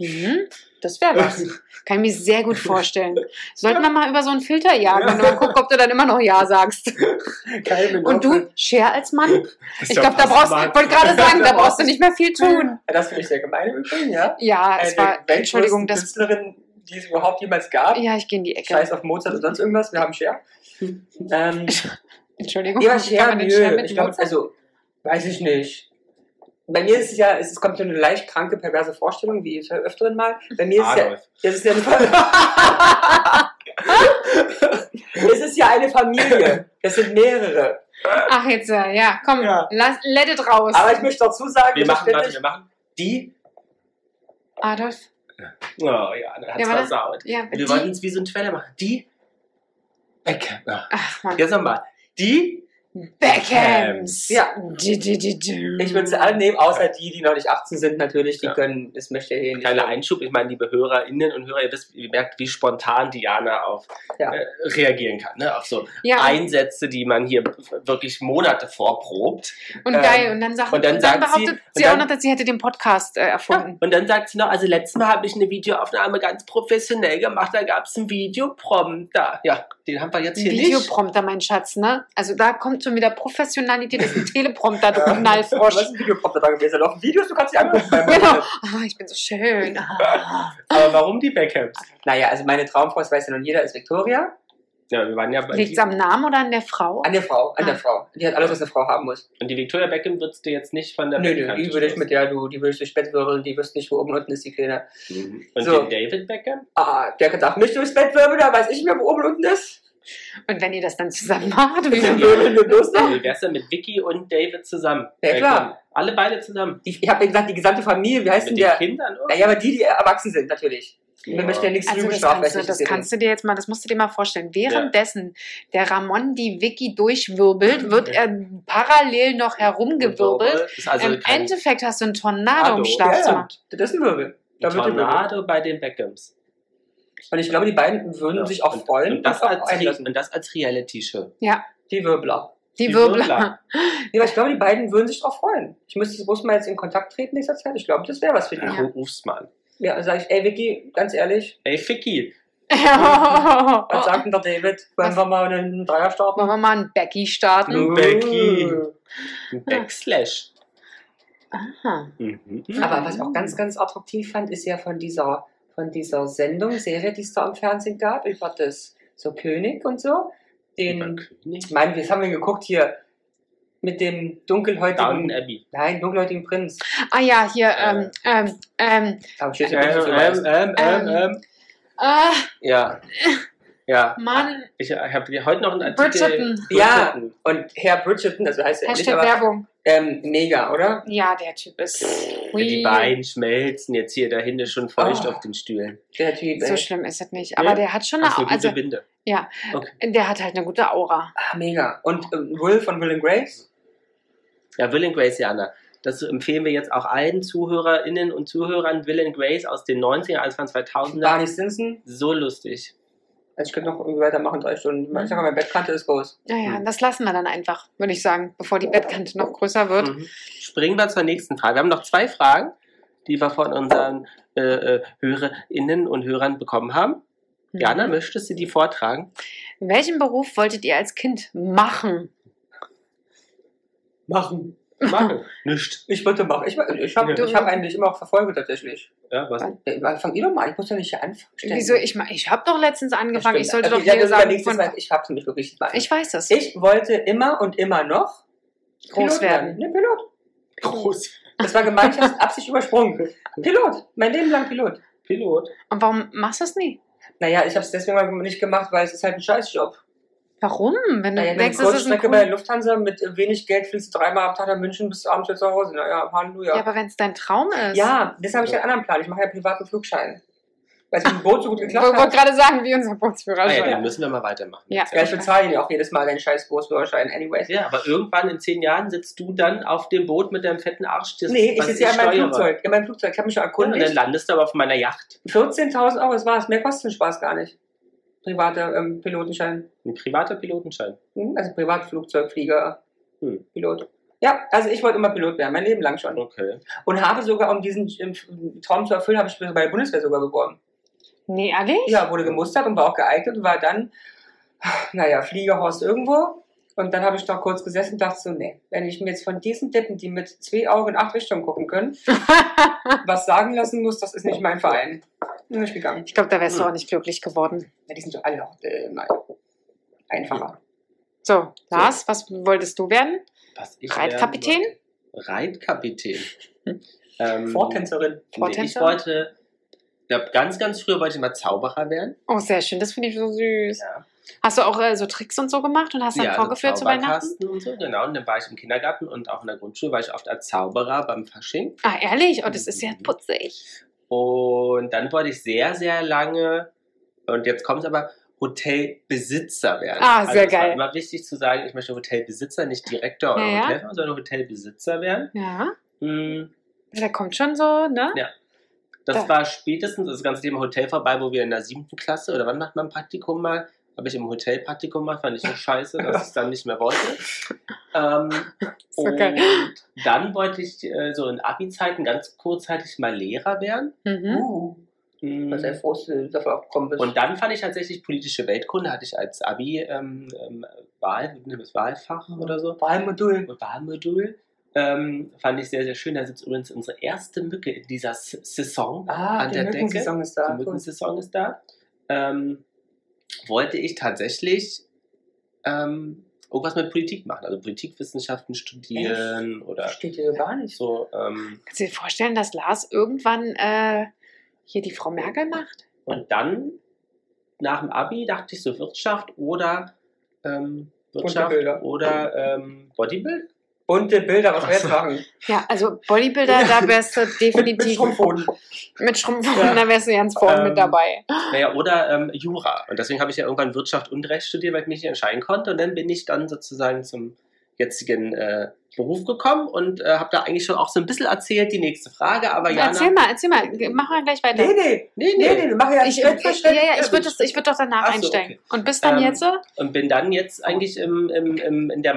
A: Mhm, das wäre was. Kann ich mir sehr gut vorstellen. Sollten wir mal über so einen Filter jagen und mal gucken, ob du dann immer noch Ja sagst.
C: Genau. Keine
A: Und du, Cher als Mann?
B: Ist
A: Ich
B: doch
A: glaube, da
B: fast
A: brauchst
B: Mann.
A: wollte gerade sagen, da brauchst du nicht mehr viel tun.
C: Ja, Das finde ich sehr gemein im Übrigen, ja.
A: Ja, es
C: Eine
A: war,
C: der
A: Entschuldigung,
C: größten
A: das,
C: Künstlerin, die es überhaupt jemals gab.
A: ja, ich gehe in die Ecke.
C: Scheiß auf Mozart oder sonst irgendwas, wir haben Cher. ähm,
A: Entschuldigung,
C: ja,
A: kann
C: Cher,
A: man den Cher
C: nö.
A: mit
C: Ich glaube,
A: Mozart-
C: also, weiß ich nicht. Bei mir ist es ja, es kommt so eine leicht kranke, perverse Vorstellung, wie ich öfteren mal. Bei mir ist es ja,
B: Adolf.
C: das ist ja eine Familie. es ist ja eine Familie. Das sind mehrere.
A: Ach, jetzt, äh, ja, komm,
C: Ja.
A: Lass, let it raus.
C: Aber ich möchte dazu sagen,
B: Wir
C: dass
B: machen,
C: ich
B: warte, wir
C: ständig-
B: machen die.
A: Adolf,
B: Oh ja, da hat's
A: Ja, warte.
B: versaut.
A: ja,
B: Und
A: die,
B: wir wollten es wie so ein Trailer machen. Die Beckham. Ja.
A: ach, Mann.
B: Jetzt nochmal. Die
A: Beckhams.
C: Ja.
A: Du, du, du, du.
C: ich würde sie alle nehmen, außer die, die noch nicht 18 sind, natürlich. Die
B: Ja.
C: können, das möchte ich eh nicht.
B: Kleiner Einschub, ich meine, liebe Hörerinnen und Hörer, ihr wisst, ihr merkt, wie spontan Diana auf
C: Ja.
B: äh, reagieren kann, ne? Auf so
A: Ja,
B: Einsätze, die man hier wirklich Monate vorprobt.
A: und
B: ähm,
A: geil. Und dann, sagt,
B: und dann sagt sie-
A: behauptet
B: und
A: sie, auch
B: dann-
A: noch, dass sie hätte den Podcast äh, erfunden.
B: Und dann sagt sie noch, also letztes Mal habe ich eine Videoaufnahme ganz professionell gemacht, da gab es einen Videoprompter. Ja, den haben wir jetzt hier nicht.
A: Videoprompter, mein Schatz, ne? Also da kommt schon wieder Professionalität, das ist ein Teleprompter, du Knallfrosch.
C: Was ist ein Videoprompter da gewesen? Da laufen Videos, du kannst sie angucken. beim
A: Genau.
C: Internet.
A: Ah, ich bin so schön. Ah.
B: Aber warum die Beckhams?
C: Naja, also meine Traumfrau, das weiß ja nun jeder, ist Victoria.
B: Ja, wir waren ja bei
A: Liegt's
B: die,
A: am Namen oder an der Frau?
C: An der Frau, an
A: Ah.
C: der Frau. Die hat alles, was eine Frau haben muss.
B: Und die Victoria Beckham würdest du jetzt nicht von der
C: Nö, nö,
B: Bettkante
C: die würde ich
B: stoßen.
C: mit der, du, die würde ich durchs Bett wirbeln, die wüsste nicht, wo oben und unten ist die Kleine.
B: Mhm. Und
C: So.
B: den David Beckham?
C: Ah, der darf mich durchs Bett wirbeln, da weiß ich nicht mehr, wo oben und unten ist.
A: Und wenn ihr das dann zusammen macht, wie
C: Dann wirbeln ne? wir bloß noch.
B: Wie wär's denn mit Vicky und David zusammen?
C: Ja, klar.
B: Beckham. Alle beide zusammen.
C: Die, ich habe ja gesagt, die gesamte Familie, wie heißt denn
B: Mit den
C: der?
B: Kindern? oder?
C: Naja, aber die, die erwachsen sind, natürlich. Man möchte ja nichts
A: Also
C: lügen
A: das kannst, du,
C: strafrechtlich.
A: das kannst du dir jetzt mal, das musst du dir mal vorstellen. Währenddessen der Ramon die Wiki durchwirbelt, wird er parallel noch herumgewirbelt.
B: Ist also
A: Im
B: kein
A: Endeffekt hast du einen Tornado im
B: Hallo.
A: Schlafzimmer.
C: Das ist ein Wirbel. Da wird gewirbelt.
B: Tornado bei den Beckhams.
C: Und ich glaube, die beiden würden
B: Ja.
C: sich auch
B: Und-
C: freuen.
B: Und das
C: auch
B: als,
C: einlassen.
B: und das als Reality-Show.
C: Die Wirbler.
A: Die
B: Die
A: Wirbler.
B: Wirbler.
C: Nee, aber ich glaube, die beiden würden sich drauf freuen. Ich müsste bloß mal jetzt in Kontakt treten nächster Zeit. Ich glaube, das wäre was für die.
B: Ja.
C: Ja,
A: Ja.
B: Ru- Ruf's mal an.
C: dann sag ich, ey Vicky, ganz ehrlich,
B: Ey, Ficky,
A: Oh.
C: was sagt denn der David? Wollen
A: Was?
C: wir mal einen Dreier
A: Wollen
C: starten?
A: wir mal einen Becky starten?
B: Mhm. Becky.
C: Uh.
B: ein Backslash.
A: Aha.
B: Mhm.
C: Aber was ich auch ganz, ganz attraktiv fand, ist ja von dieser, von dieser Sendung, Serie, die es da im Fernsehen gab, über das so König und so.
B: Über
C: Den,
B: König.
C: ich meine, jetzt haben wir geguckt hier mit dem
B: Downton
C: dunkelhäutigen,
B: Abbey.
C: nein, dunkelhäutigen Prinz. Ah,
A: Ah ja, hier,
B: Äh.
A: ähm, ähm, ähm,
C: Aber
B: Ähm,
C: schön, dass du
B: ähm,
C: weißt.
B: ähm, ähm,
A: Ähm.
B: ähm.
A: ah,
B: Ja. Ja.
A: Mann,
B: Ich habe heute noch einen Artikel.
A: Bridgerton.
C: Ja.
B: Bridgerton.
C: Und Herr Bridgerton, also heißt
B: Ah,
C: er nicht,
A: Hashtag
C: aber
A: Werbung.
C: ähm, mega, oder?
A: Ja, der Typ ist.
B: Ja, Die Beine schmelzen jetzt hier dahinter schon feucht
C: Oh.
B: auf den Stühlen.
C: Der Typ.
A: So
C: ey.
A: schlimm ist es nicht. Aber
B: ne? Ja.
A: der hat schon eine,
B: Ach so,
A: Au-
B: gute
A: also
B: Binde.
A: der hat halt eine gute Aura.
C: Ah, mega. Und ähm, Will von Will and Grace?
B: Ja, Will and Grace, ja, Anna. Das empfehlen wir jetzt auch allen ZuhörerInnen und Zuhörern. Will and Grace aus den 90er, Anfang 2000er.
C: Barney Stinson?
B: So lustig.
C: Also ich könnte noch irgendwie weitermachen, drei Stunden.
A: Hm.
C: Ich sag mal, meine Bettkante ist groß.
A: Naja,
B: Hm.
A: das lassen wir dann einfach, würde ich sagen, bevor die Bettkante noch größer wird.
B: Mhm. Springen wir zur nächsten Frage. Wir haben noch zwei Fragen, die wir von unseren äh, äh, HörerInnen und Hörern bekommen haben.
C: Mhm.
B: Jana, möchtest du die vortragen?
A: Hm. Welchen Beruf wolltet ihr als Kind machen?
C: Machen.
B: Machen. Nicht.
C: Ich würde machen. Ich, ich habe
B: Ja.
C: ich hab eigentlich immer auch verfolgt tatsächlich.
B: Ja, was?
C: Ja, Fang ihr doch mal an, ich muss doch nicht hier anfangen.
A: Wieso? Ich, ma- ich habe doch letztens angefangen. Ich sollte
B: Also,
A: doch
C: Also, ja,
A: hier sagen,
C: von...
A: von,
C: mal, Ich hab's nämlich wirklich mal.
A: ich weiß das.
C: ich wollte immer und immer noch
A: Groß
C: Pilot
A: werden.
C: Ne, Pilot.
B: Groß.
C: Das war gemeint, ich hab's absichtlich übersprungen. Pilot. Mein Leben lang Pilot.
B: Pilot.
A: Und warum machst du das nie?
C: Naja, ich hab's deswegen mal nicht gemacht, weil es ist halt ein Scheißjob.
A: Warum? Wenn du
C: Naja, eine
A: denkst, es Hm, ist ein
C: Kurzstrecke bei der
A: cool
C: Lufthansa mit wenig Geld fliegst du dreimal am Tag nach München bis abends wieder zu Hause. Naja, Halleluja.
A: Ja,
C: Ja,
A: aber wenn es dein Traum ist.
C: das habe ich einen anderen Plan. Ich mache ja privaten Flugschein. Weil es mit dem Boot so gut
A: Ich
C: geklappt
A: wollte
C: hat.
A: gerade sagen, wie unser
B: Ah,
C: Also
B: ja,
A: Bootsführerschein.
B: dann müssen wir mal weitermachen.
A: Ja.
C: Ja, ich bezahle ihn ja auch jedes Mal deinen scheiß Bootsführerschein. Anyways.
B: Ja, aber irgendwann in zehn Jahren sitzt du dann auf dem Boot mit deinem fetten Arsch. das-
C: Nee, ich
B: was
C: sitze ja in meinem
B: steuere.
C: Flugzeug. In meinem Flugzeug. Ich habe mich schon
B: Und dann
C: erkundigt.
B: landest du aber auf meiner Yacht.
C: 14.000 Euro, das war's. Mehr kostet den Spaß gar nicht. Privater ähm, Pilotenschein.
B: Ein privater Pilotenschein.
C: Hm? Also Privatflugzeugflieger.
B: Hm.
C: Pilot. Ja, also ich wollte immer Pilot werden, mein Leben lang schon.
B: Okay.
C: Und habe sogar, um diesen ähm, Traum zu erfüllen, habe ich mich bei der Bundeswehr sogar beworben.
A: Nee, ehrlich?
C: Ja, wurde gemustert und war auch geeignet und war dann, naja, Fliegerhorst irgendwo. Und dann habe ich noch kurz gesessen und dachte so, nee, wenn ich mir jetzt von diesen Dippen, die mit zwei Augen in acht Richtungen gucken können, was sagen lassen muss, das ist nicht mein Verein. Bin ich gegangen.
A: Ich glaube, da wärst du
B: Hm.
A: auch nicht glücklich geworden.
C: Ja, die sind doch alle auch äh, mal einfacher.
A: So, Lars, was wolltest du werden?
B: Was ich
A: Reitkapitän?
B: lernen wollte. Reitkapitän.
A: Hm.
B: ähm,
C: Vortänzerin.
B: nee, ich
A: Vortänzer?
B: wollte, ich glaube, ganz, ganz früher wollte ich mal Zauberer werden.
A: Oh, sehr schön, das finde ich so süß.
B: Ja.
A: Hast du auch äh, so Tricks und so gemacht und hast dann
B: also
A: vorgeführt zu Weihnachten?
B: Zauberkasten Und so, genau, und dann war ich im Kindergarten und auch in der Grundschule war ich oft als Zauberer beim Fasching.
A: Ah, ehrlich? Oh, das ist ja
B: Mhm.
A: putzig.
B: Und dann wollte ich sehr, sehr lange, und jetzt kommt aber, Hotelbesitzer werden. Also
A: Ah, sehr
B: es war
A: geil.
B: immer wichtig zu sagen, ich möchte Hotelbesitzer, nicht Direktor oder
A: Ja, ja.
B: Hotelfachmann, sondern Hotelbesitzer werden.
A: Ja,
B: Hm,
A: da kommt schon so, ne?
B: Ja. Das
A: Da-
B: war spätestens das ganze Thema Hotel vorbei, wo wir in der siebten Klasse, oder wann macht man Praktikum mal? Habe ich im Hotel Praktikum gemacht, fand ich so scheiße, dass ich es dann nicht mehr wollte. Ähm,
A: So
B: und
A: geil.
B: dann wollte ich äh, so in Abi-Zeiten ganz kurzzeitig mal Lehrer werden.
A: Mhm.
C: Uh,
B: Hm.
C: was sehr froh, äh, dass du davon abgekommen bist.
B: Und dann fand ich tatsächlich politische Weltkunde, hatte ich als Abi ähm, ähm, Wahl, ne, das Wahlfach
A: Mhm.
B: oder so.
C: Wahlmodul.
B: Wahlmodul. Ähm, fand ich sehr, sehr schön. Da sitzt übrigens unsere erste Mücke in dieser S Saison.
C: Ah,
B: An
C: die
B: der Decke.
C: Mückensaison ist da.
B: Die Mückensaison ist da. Ähm, wollte ich tatsächlich ähm, irgendwas mit Politik machen, also Politikwissenschaften studieren oder
C: Steht dir gar nicht.
B: so. Ähm,
A: Kannst du dir vorstellen, dass Lars irgendwann äh, hier die Frau Merkel macht?
B: und dann nach dem Abi dachte ich so Wirtschaft oder ähm, Wirtschaft
C: Bodybuilder.
B: oder ähm, Bodybuild.
C: bunte Bilder,
B: Ach
C: was wir
B: so.
C: jetzt machen.
A: Ja, also Bodybuilder, da wärst du
C: Mit,
A: definitiv
C: mit Strumpfhoden.
A: mit Schrumpfhoden,
B: Ja.
A: da wärst du ganz vorne
B: Ähm,
A: mit dabei.
B: Naja, oder ähm, Jura. Und deswegen habe ich ja irgendwann Wirtschaft und Recht studiert, weil ich mich nicht entscheiden konnte. Und dann bin ich dann sozusagen zum jetzigen äh, Beruf gekommen und äh, habe da eigentlich schon auch so ein bisschen erzählt, die nächste Frage. Aber Jana,
A: Erzähl mal, erzähl mal, Ge- mach mal gleich weiter.
C: Nee, nee,
B: nee,
C: nee,
B: nee.
C: nee, wir machen ja
A: ich,
C: Schritt für
A: ich, ja,
C: Schritt.
A: ja, ich würde würd doch danach
B: Ach so,
A: einsteigen.
B: okay.
A: Und bis dann
B: Ähm,
A: jetzt? so?
B: Und bin dann jetzt eigentlich im, im, im, in der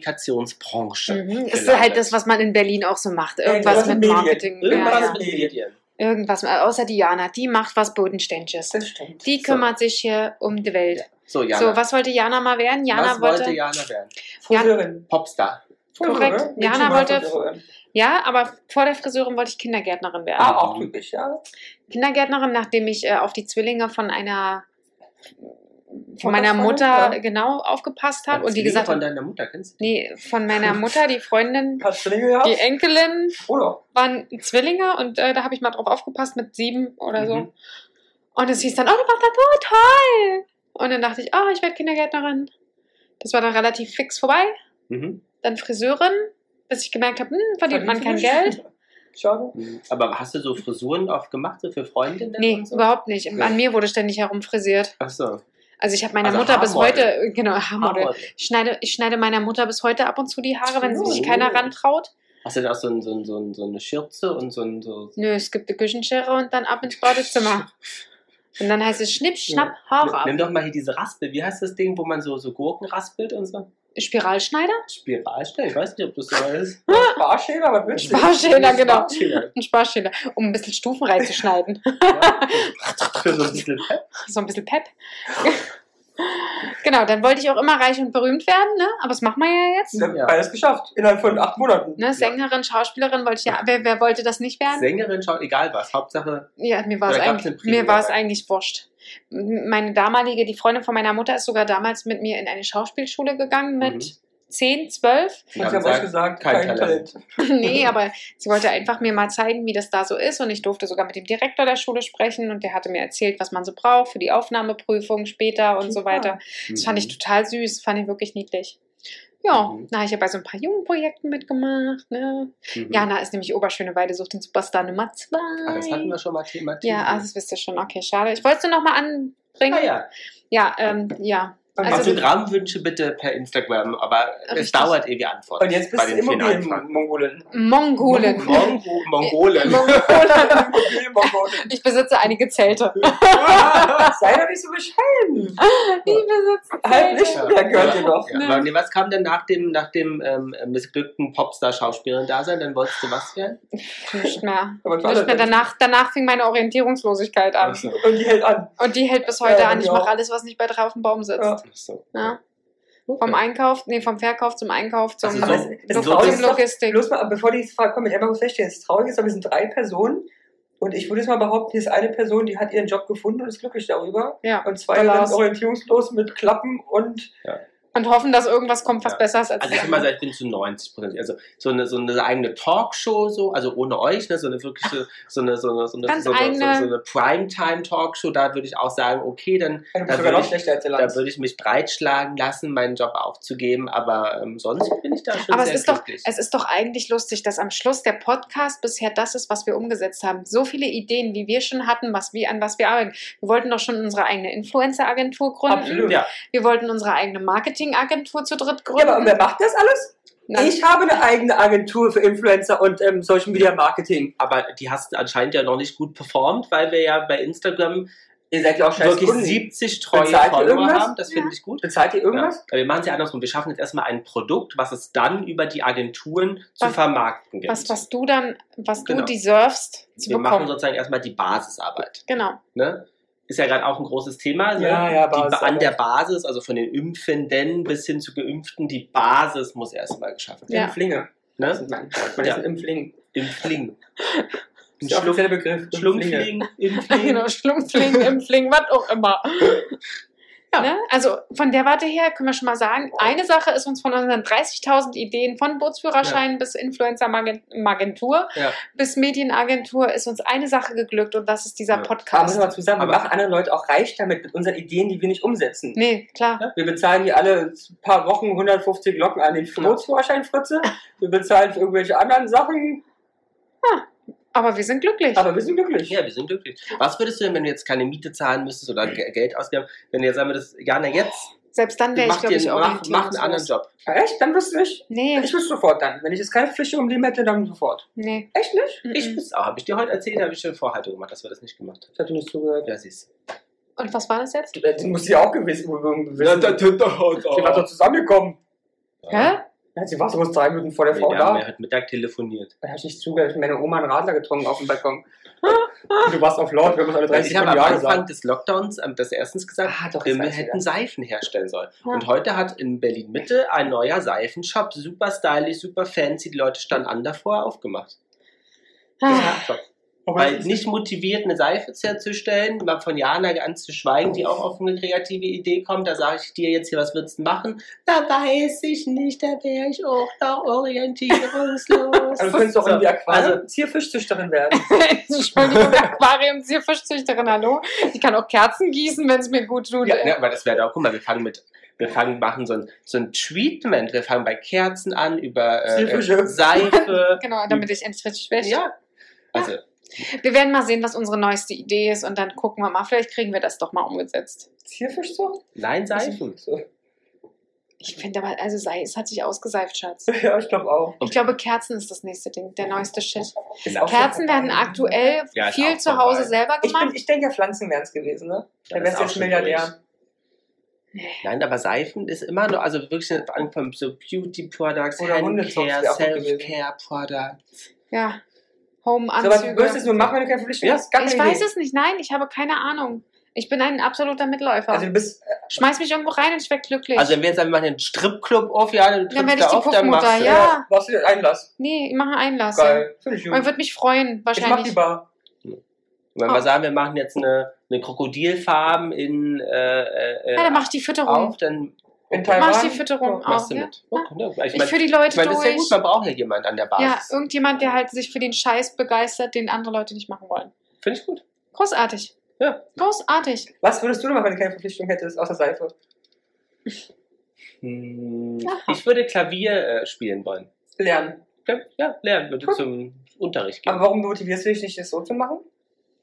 B: Marketing-Kommunikationsbranche.
A: Mhm. Ist
B: gelandet.
A: halt das, was man in Berlin auch so macht. Irgendwas
C: Irgendwas mit
A: mit
C: Medien.
A: Marketing.
B: Irgendwas
A: ja, ja.
B: mit Medien.
A: Irgendwas, mit- außer Diana, die macht was Bodenständiges.
C: Das stimmt.
A: Die
B: So.
A: kümmert sich hier um die Welt.
B: So, Jana.
A: So, was wollte Jana mal werden? Jana
B: was
A: wollte,
B: wollte Jana werden?
C: Friseurin.
B: Popstar.
A: Korrekt.
C: Friseurin.
A: Jana
C: Mit
A: wollte-
C: Friseurin.
A: ja, aber vor der Friseurin wollte ich Kindergärtnerin werden.
C: Ah, auch typisch, ja.
A: Kindergärtnerin, nachdem ich äh, auf die Zwillinge von einer von meiner
C: Mutterfreundin,
A: Mutter
C: ja.
A: genau aufgepasst habe und die
B: Zwillinge
A: gesagt
B: von
A: hat,
B: deiner Mutter kennst
A: nee, von meiner Mutter, die Freundin,
C: Hast du Schlinge gehabt? Oh
A: die Enkelin
C: Oder?
A: waren Zwillinge und äh, da habe ich mal drauf aufgepasst mit sieben oder so.
B: Mhm.
A: Und es hieß dann, oh, du machst das so toll. Und dann dachte ich, oh, ich werde Kindergärtnerin. Das war dann relativ fix vorbei.
B: du? Mhm.
A: Dann Friseurin, bis ich gemerkt habe, hm, verdient man kein Geld.
C: Schade.
B: Mhm. Aber hast du so Frisuren oft gemacht, so für Freundinnen?
A: Nee,
B: und so?
A: überhaupt nicht. An
B: Nee.
A: mir wurde ständig herumfrisiert.
B: Ach so.
A: Also ich habe meiner
B: Also
A: Mutter bis
B: Haarmodel.
A: heute, genau, Haarmodel.
B: Aber
A: Ich schneide, ich schneide meiner Mutter bis heute ab und zu die Haare, wenn sich
B: Oh.
A: keiner rantraut.
B: Hast du da auch so, ein, so, ein, so, ein, so eine Schürze und so ein. So
A: Nö, es gibt eine Küchenschere und dann ab ins Badezimmer. Und dann heißt es Schnipp, Schnapp, Haare ab.
B: Nimm doch mal hier diese Raspel. Wie heißt das Ding, wo man so, so Gurken raspelt und so?
A: Spiralschneider?
B: Spiralstelle? Ich weiß nicht, ob das so ist.
C: Sparschäler, aber witzig.
A: Sparschäler, genau.
B: Sparschäler.
A: Ein Sparschäler, um ein bisschen Stufen reinzuschneiden.
B: Ja. Für so ein bisschen Pep.
A: so ein bisschen Pep. genau, dann wollte ich auch immer reich und berühmt werden, ne? Aber das machen wir ja jetzt.
C: Wir haben
B: Ja.
C: Beides geschafft. Innerhalb von acht Monaten.
A: Ne? Sängerin, Schauspielerin wollte ich ja. Wer, wer wollte das nicht werden?
B: Sängerin, schau, egal was. Hauptsache.
A: Ja, mir war
B: Oder
A: es
B: gab's den
A: eigentlich,
B: Primo
A: mir war es
B: dabei?
A: eigentlich wurscht. M- Meine damalige, die Freundin von meiner Mutter ist sogar damals mit mir in eine Schauspielschule gegangen mit 10, 12.
C: Und ich habe euch gesagt, kein,
B: kein
C: Talent.
B: Talent.
A: nee, aber sie wollte einfach mir mal zeigen, wie das da so ist. Und ich durfte sogar mit dem Direktor der Schule sprechen und der hatte mir erzählt, was man so braucht für die Aufnahmeprüfung später und so
C: Ja.
A: weiter. Das fand ich total süß, fand ich wirklich niedlich. Ja,
B: Mhm.
A: na, ich habe bei so ein paar Jugendprojekten mitgemacht. Ne? Jana ist nämlich Oberschöneweide, sucht den Superstar Nummer 2.
B: mhm. Ah, das hatten wir schon mal thematisiert.
A: Ja, ah, das wisst ihr schon. Okay, schade. Ich wollte es nur nochmal anbringen.
B: Ah, ja.
A: Ja, ähm, ja.
C: Und
A: Also-
C: jetzt-
B: Autogrammwünsche bitte per Instagram, aber es
A: Richtig.
B: dauert ehe wir antworten.
C: und jetzt
B: bei
C: bist du
B: den vielen Anfragen.
C: Immobilien-Mongolen.
A: Mongolen.
B: Mongo Mongolen.
A: Mongolen.
C: Immobilien-Mongolen.
A: Ich besitze einige Zelte.
C: Sei doch nicht so bescheiden.
A: Ich besitze
C: Halt nicht,
A: Zelte.
C: der gehört dir doch.
B: Ja, aber nee, was kam denn nach dem, nach dem ähm, missglückten Popstar-Schauspielerin-Dasein? Dann wolltest du was werden?
A: Nicht mehr.
C: Aber was war
A: Nicht
C: das
A: mehr.
C: denn?
A: Danach, danach fing meine Orientierungslosigkeit an.
B: Achso.
C: Und die hält an.
A: Und die hält bis heute
C: Ja,
A: an. Ich
C: ja.
A: mache alles, was nicht bei drei auf dem Baum sitzt.
C: Ja.
B: Achso.
A: Ja. Vom
B: Okay.
A: Einkauf, nee, vom Verkauf zum Einkauf zum
B: Also
C: so- das ist
A: Lo-
C: traurig,
A: zum Logistik.
C: Bloß mal, bevor die Frage kommt, ich einmal muss feststellen, es ist traurig, ist, aber wir sind drei Personen. Und ich würde jetzt mal behaupten, hier ist eine Person, die hat ihren Job gefunden und ist glücklich darüber.
A: Ja.
C: Und zwei
A: Der Lars.
C: sind orientierungslos mit Klappen und
A: Und hoffen, dass irgendwas kommt, was
B: Ja.
A: besser ist als
B: Also
A: das
B: ich immer
A: andere.
B: sagen, ich bin zu 90 Prozent. Also so eine, so eine eigene Talkshow, so, also ohne euch, ne, so eine wirkliche, so eine, so eine, so eine,
A: Ganz
B: so eine, so
A: eigene-
B: so eine Primetime-Talkshow, da würde ich auch sagen, okay, dann
C: Ja, du
B: Da
C: bist sogar
B: würde
C: noch schlechter als der
B: da
C: Lanz.
B: würde ich mich breitschlagen lassen, meinen Job aufzugeben, aber ähm, sonst bin ich da schon
A: Aber es
B: sehr
A: ist, doch,
B: glücklich.
A: es ist doch eigentlich lustig, dass am Schluss der Podcast bisher das ist, was wir umgesetzt haben. So viele Ideen, die wir schon hatten, was wir, an was wir arbeiten. Wir wollten doch schon unsere eigene Influencer-Agentur gründen.
C: Absolut.
B: ja,
A: Wir wollten unsere eigene Marketing-Agentur zu dritt
C: Ja, aber
A: gründen.
C: wer macht das alles?
A: Na,
C: Ich habe eine eigene Agentur für Influencer und ähm, Social Media Marketing.
B: aber die hast du anscheinend ja noch nicht gut performt, weil wir ja bei Instagram
C: Ihr seid ja auch scheiß
B: wirklich
C: Kunden.
B: 70 treue
C: Bezahlt ihr
B: Follower
C: irgendwas?
B: haben. Das
A: Ja.
B: finde ich gut.
C: Bezahlt ihr
B: Ja.
C: irgendwas?
B: Aber wir machen es ja andersrum. Wir schaffen jetzt erstmal ein Produkt, was es dann über die Agenturen zu
A: Was-
B: vermarkten gibt.
A: was, was du dann, was
B: Genau.
A: du deservest zu
B: wir machen
A: bekommen.
B: sozusagen erstmal die Basisarbeit.
A: Genau.
B: Ne? Ist ja gerade auch ein großes Thema. Ne?
C: Ja, ja,
B: die,
C: Basisarbeit.
B: an der Basis, also von den Impfenden bis hin zu Geimpften, die Basis muss erstmal geschaffen
A: Ja.
B: werden.
C: Impflinge. Das
B: Ne?
C: ist mein, man
B: Ja.
C: ist ein Impfling.
B: Impfling. Ein
C: Das ist der offizielle
B: Schlumpf-
C: Begriff. Impflinge.
A: Mhm.
B: Genau, Schlumpfling, Impfling.
A: genau. Schlumpfling, Impfling, was auch immer.
C: Ja.
A: Ne? Also von der Warte her können wir schon mal sagen, eine Sache ist uns von unseren 30.000 Ideen von Bootsführerschein bis Influencer-Magentur
B: Ja.
A: bis Medienagentur ist uns eine Sache geglückt und das ist dieser
B: Ja.
C: Aber müssen
A: Podcast.
C: wir mal zusammen, wir
B: Aber-
C: machen andere Leute auch reich damit, mit unseren Ideen, die wir nicht umsetzen.
A: Nee, klar.
C: Wir bezahlen hier alle ein paar Wochen 150 Glocken an den
B: Genau.
C: Bootsführerschein, Fritze. Wir bezahlen für irgendwelche anderen Sachen,
A: Aber wir sind glücklich.
C: aber wir sind glücklich.
B: Ja, wir sind glücklich. Was würdest du denn, wenn du jetzt keine Miete zahlen müsstest oder Ge- Geld ausgeben, wenn du jetzt sagen würdest, Jana, jetzt
A: Selbst dann wäre ich,
B: mach,
A: glaube
B: dir,
A: ich,
B: mach, mach einen anderen
A: orientierungslos.
B: Job.
C: Echt? Dann wüsste ich.
A: Nee,
C: Ich wüsste sofort dann. Wenn ich jetzt keine Fische um Leben hätte, dann sofort.
A: nee.
C: Echt nicht?
B: Ich
A: Mhm.
B: wüsste auch, habe ich dir heute erzählt, habe ich schon Vorhaltung gemacht, dass wir das nicht gemacht haben.
C: Ich hatte nicht zugehört.
B: Ja, siehst
A: Und was war das jetzt?
C: Du, du musst ja auch gewiss gewissen.
B: du.
C: die war doch zusammengekommen.
A: Hä?
C: Ja, sie war so bloß drei Minuten vor der
B: Nee,
C: Frau
B: wir
C: da.
B: haben ja heute Mittag telefoniert.
C: Da habe ich nicht zugehört. Ich hab meine Oma einen Radler getrunken auf dem Balkon. Und du warst auf laut, wir haben uns alle 30
B: Ich habe
C: Sekunden
B: am
C: Ja
B: Anfang
C: gesagt.
B: des Lockdowns ähm, das erstens gesagt,
C: Ah, doch, jetzt
B: wir
C: weiß ich
B: hätten
C: wieder.
B: Seifen herstellen sollen.
A: Ja.
B: Und heute hat in Berlin Mitte ein neuer Seifenshop, super stylisch, super fancy, die Leute standen an davor, aufgemacht.
A: Ah,
C: Aber
B: Weil
C: es ist-
B: nicht motiviert, eine Seife herzustellen, mal von Jana ganz zu schweigen, die auch auf eine kreative Idee kommt, da sage ich dir jetzt hier, was würdest du machen? Da weiß ich nicht, da wäre ich auch noch orientierungslos.
C: Aber du könntest doch
B: So,
C: irgendwie
B: also,
C: Aquarium Zierfischzüchterin werden.
A: Entschuldigung, Aquarium, Zierfischzüchterin, hallo. Ich kann auch Kerzen gießen, wenn es mir gut tut.
B: Ja, ne, aber das wäre doch, guck mal, wir fangen mit, wir fangen, machen so ein, so ein Treatment. Wir fangen bei Kerzen an, über äh,
C: Zierfische.
B: äh, Seife.
A: Genau, damit ich endlich richtig werde.
B: ja. Also,
A: Wir werden mal sehen, was unsere neueste Idee ist und dann gucken wir mal. Vielleicht kriegen wir das doch mal umgesetzt.
C: Zierfischzucht?
B: nein, Seifen.
C: So.
A: Ich finde aber, also sei, es hat sich ausgeseift, Schatz.
C: Ja, ich glaube auch.
A: Ich glaube, Kerzen ist das nächste Ding, der neueste Shit.
C: Ist
B: Genau.
C: auch schon
A: Kerzen
C: vorbei.
A: werden aktuell
B: Ja, ist
A: viel
B: auch
A: zu Hause
B: vorbei.
A: selber
C: Ich, bin-
A: gemacht.
C: ich denke ja, Pflanzen wären es gewesen, ne?
B: Ja,
C: Dann
B: das
C: wärst
B: ist
C: du
B: auch
C: jetzt
B: schon durch.
C: Milliardär.
B: Nein, aber Seifen ist immer noch, also wirklich angefangen von so Beauty Products,
C: Oder Hundezops
B: Handcare,
C: wär auch gut
B: Self-Care Products.
A: Ja.
C: So, aber du würdest es
A: Home-Anzüge.
C: nur machen, wenn du keine Fische
B: Ja.
C: hast? Gar keine
A: Ich weiß
C: Idee.
A: es nicht. Nein, ich habe keine Ahnung. Ich bin ein absoluter Mitläufer.
C: Also du bist
A: Schmeiß mich irgendwo rein und ich werde glücklich.
B: Also wenn wir jetzt sagen, wir machen einen Stripclub auf, ja, dann
A: Dann
B: trittst
A: werde
B: du
A: ich die
B: auf, dann
A: Puffmutter,
B: machst du.
A: Ja.
C: Ja. Brauchst äh, du den Einlass?
A: nee, ich mache einen Einlass.
C: Geil. Finde ich
A: ja.
C: gut.
A: Man wird mich freuen,
C: Ich mach die
A: wahrscheinlich.
C: Bar.
B: Und wenn wir
A: Oh.
B: sagen, wir machen jetzt eine, eine Krokodilfarben in, äh, äh,
A: ja, dann mach ich die Fütterung.
B: auf, dann
C: In
B: Okay.
C: Taiwan.
A: Mach die Fütterung auf.
B: machst du
A: Ja.
B: mit. Okay, ne, ich
A: Ich
B: mein,
A: führe die Leute
B: Ich meine, das
A: durch.
B: ist ja gut, man braucht ja jemanden an der
A: Ja,
B: Basis.
A: irgendjemand, der halt sich für den Scheiß begeistert, den andere Leute nicht machen wollen.
B: Finde ich gut.
A: Großartig.
B: Ja.
A: Großartig.
C: Was würdest du denn machen, wenn du keine Verpflichtung hättest, außer Seife?
B: Hm,
A: Aha.
B: Ich würde Klavier äh, spielen wollen.
C: Lernen.
B: Ja, Ja, lernen, würde
C: Gut.
B: zum Unterricht gehen.
C: Aber warum motivierst du dich nicht, das so zu machen?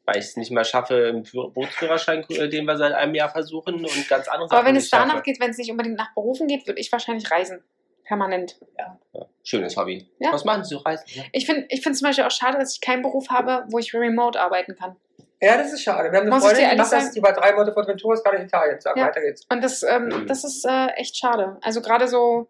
B: weil ich es nicht mehr schaffe, im Führ- Bootsführerschein, äh, den wir seit einem Jahr versuchen und ganz andere Sachen
A: Aber wenn
B: nicht
A: es danach
B: schaffe.
A: geht, wenn es nicht unbedingt nach Berufen geht, würde ich wahrscheinlich reisen. Permanent.
B: Ja, schönes Hobby.
A: Ja.
B: Was machen Sie so reisen? Ja.
A: Ich finde ich find zum Beispiel auch schade, dass ich keinen Beruf habe, wo ich remote arbeiten kann.
C: Ja, das ist schade. Wir haben eine
A: Muss ich dir
C: Freundin, die
A: ehrlich
C: macht das,
A: sagen?
C: die war drei Monate vor Ventura, ist gerade in Italien. Sag,
A: Ja.
C: weiter geht's.
A: Und das, ähm,
B: Mhm.
A: das ist äh, echt schade. Also gerade so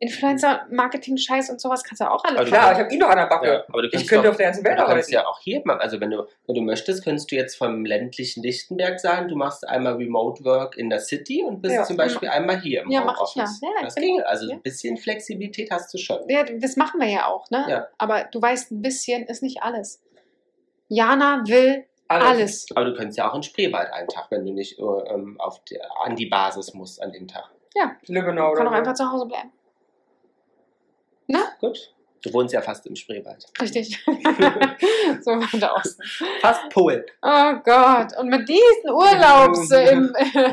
A: Influencer-Marketing-Scheiß und sowas kannst du auch alle
B: Also-
A: machen.
C: Klar, ich habe ihn noch an der Backe.
B: Ja, aber du
C: Ich
B: kannst,
C: könnte
B: doch,
C: auf der ganzen
B: du
C: Welt arbeiten.
B: kannst ja auch hier machen. Also wenn du, wenn du möchtest, könntest du jetzt vom ländlichen Lichtenberg sagen, du machst einmal Remote Work in der City und bist
C: Ja.
B: zum Beispiel einmal hier im
A: Ja, mach ich
B: Homeoffice.
A: ja. Ja,
B: das
A: genau.
B: ging. Also
A: Ja.
B: ein bisschen Flexibilität hast du schon.
A: Ja, das machen wir ja auch, ne?
B: Ja.
A: Aber du weißt, ein bisschen ist nicht alles. Jana will alles.
B: Aber du könntest ja auch in Spreewald einen Tag, wenn du nicht äh, ähm, auf die, an die Basis musst an dem Tag.
C: Lübbenau
A: Kann
C: oder
A: auch einfach
C: so.
A: zu Hause bleiben.
B: Gut. Du wohnst ja fast im Spreewald.
A: Richtig. so weiter aus.
B: Fast Polen.
A: Oh Gott, und mit diesen Urlaubs äh, im, äh,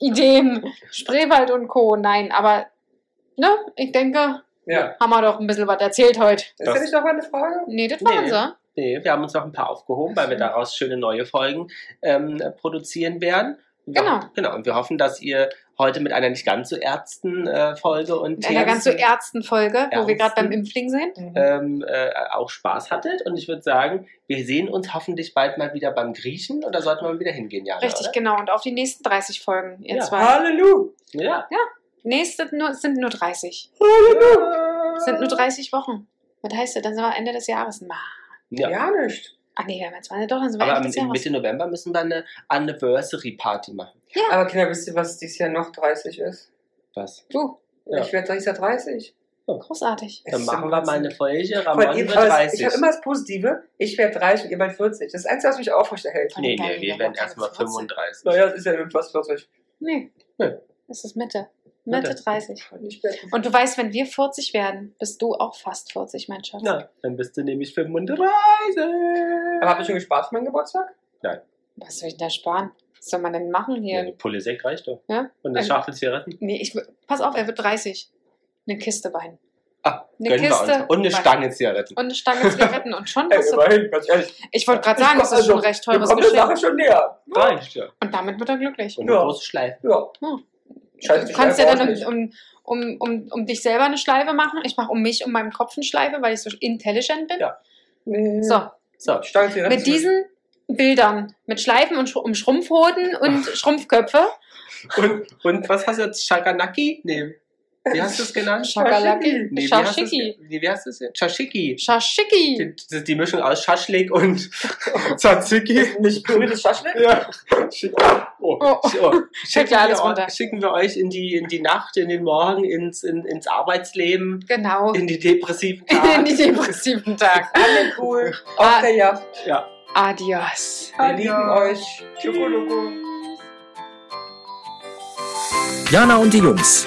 A: Ideen, Spreewald und Co. Nein, aber ne, ich denke,
C: Ja.
A: haben wir doch ein bisschen was erzählt heute.
C: Ist
B: Das-
C: das nicht noch mal eine Frage?
A: Nee, das ne? waren
B: Nee.
A: sie.
B: Nee, wir haben uns noch ein paar aufgehoben, weil wir daraus schöne neue Folgen ähm, produzieren werden. Wir
A: Genau.
B: hoffen- genau. Und wir hoffen, dass ihr heute mit einer nicht ganz so ärzten äh, Folge und
A: In einer ganz so
B: Themen,
A: Ärztenfolge, wo wir gerade
B: Ärzten.
A: beim Impfling sind.
B: ähm, äh, auch Spaß hattet. Und ich würde sagen, wir sehen uns hoffentlich bald mal wieder beim Griechen oder sollten wir mal wieder hingehen, Jana?
A: Richtig, genau. Und auf die nächsten 30 Folgen, ihr
B: Ja.
A: zwei.
C: Halleluja.
B: Oder? Ja.
A: Nächste nur, sind nur 30.
C: Halleluja.
A: Sind nur 30 Wochen. Was heißt das? Dann sind wir Ende des Jahres. Na,
B: ja.
C: Ja, nicht.
A: Ach nee, wir haben jetzt mal doch, dann sind wir
B: Aber am,
A: Ende des
B: im
A: Jahres.
B: Mitte November müssen wir eine Anniversary-Party machen.
C: Aber Kinder, wisst ihr, was dieses Jahr noch 30 ist?
B: Was?
A: Du,
B: Ja.
C: Ich werde dieses Jahr 30.
A: großartig.
B: Dann
C: Ist
B: machen
C: doch
B: wir mal
C: Wahnsinn.
B: eine Folge.
C: Voll,
B: Ramon
C: ihr-
B: wird
C: aber es-
B: 30.
C: Ich habe immer das Positive. Ich werde 30 und ihr bald 40. Das ist das Einzige, was mich aufrecht erhält.
A: Voll
B: nee,
A: geil,
B: nee, wir
A: wir
B: werden
A: werden
B: erstmal
A: keine 40.
B: 35.
C: Naja, es ist ja fast 40.
A: Nee.
B: Nee.
A: Es ist Mitte. Mitte
B: Mitte.
A: 30.
C: Nicht mehr.
A: Und du weißt, wenn wir 40 werden, bist du auch fast 40, mein Schatz.
B: Na, dann bist du nämlich 35.
C: Aber habe ich schon gespart für meinen Geburtstag?
A: Was soll ich denn da sparen? Was soll man denn machen
B: Ja,
A: hier?
B: die Pulle Sekt reicht doch.
A: Ja?
B: Und eine
A: Also-
B: Schachtel Zigaretten.
A: Nee, ich, w- pass auf, er wird 30. Eine Kiste Wein.
B: Ah,
A: Eine
B: gönnen wir
A: Kiste. Oh.
B: uns. Und eine Stange Zigaretten.
A: Und eine Stange Zigaretten. Und schon
C: Ey,
A: kostet.
C: immerhin, ganz ehrlich.
A: Ich wollte gerade sagen, das ist
C: Also,
A: schon ein recht
C: Wir
A: teures
C: kommen der Sache
A: Geschenk.
C: schon näher.
B: Reicht ja.
A: Und damit wird er glücklich.
B: Und eine
C: Ja.
B: große Schleife.
C: Ja.
A: Hm.
C: Scheiße,
A: Du
C: ich
A: kannst ja
C: weiß auch
A: dann
C: nicht.
A: um, um, um, um, um dich selber eine Schleife machen. Ich mache um mich, um meinen Kopf eine Schleife, weil ich so intelligent bin.
B: Ja.
A: So,
B: So,
C: Steigt ihr
A: mit diesen Bildern, mit Schleifen und Schru- um Schrumpfhoden und Schrumpfköpfe.
B: und, und was hast du jetzt? Shaganaki? Nee. Wie hast du es genannt?
A: Schakalaki.
B: Nee, wie hast du es
A: Schaschiki.
B: ge- nee, wie hast du es jetzt? Chashiki.
A: Schaschiki.
B: Die, das ist die Mischung aus Schaschlik und Tzatziki.
C: nicht berührtes Schaschlik?
B: Ja. Schick- Oh.
A: Oh.
B: Oh. Schicken,
A: Fällt mir alles
B: wir,
A: runter.
B: eu- schicken wir euch in die, in die Nacht, in den Morgen, ins, in, ins Arbeitsleben,
A: Genau.
B: in die depressiven
A: In
B: Tage.
A: die depressiven Tag.
C: Alle cool.
A: Ah.
C: Auf der Yacht.
A: Adios.
C: Wir lieben euch. Tschüss.
D: Jana und die Jungs.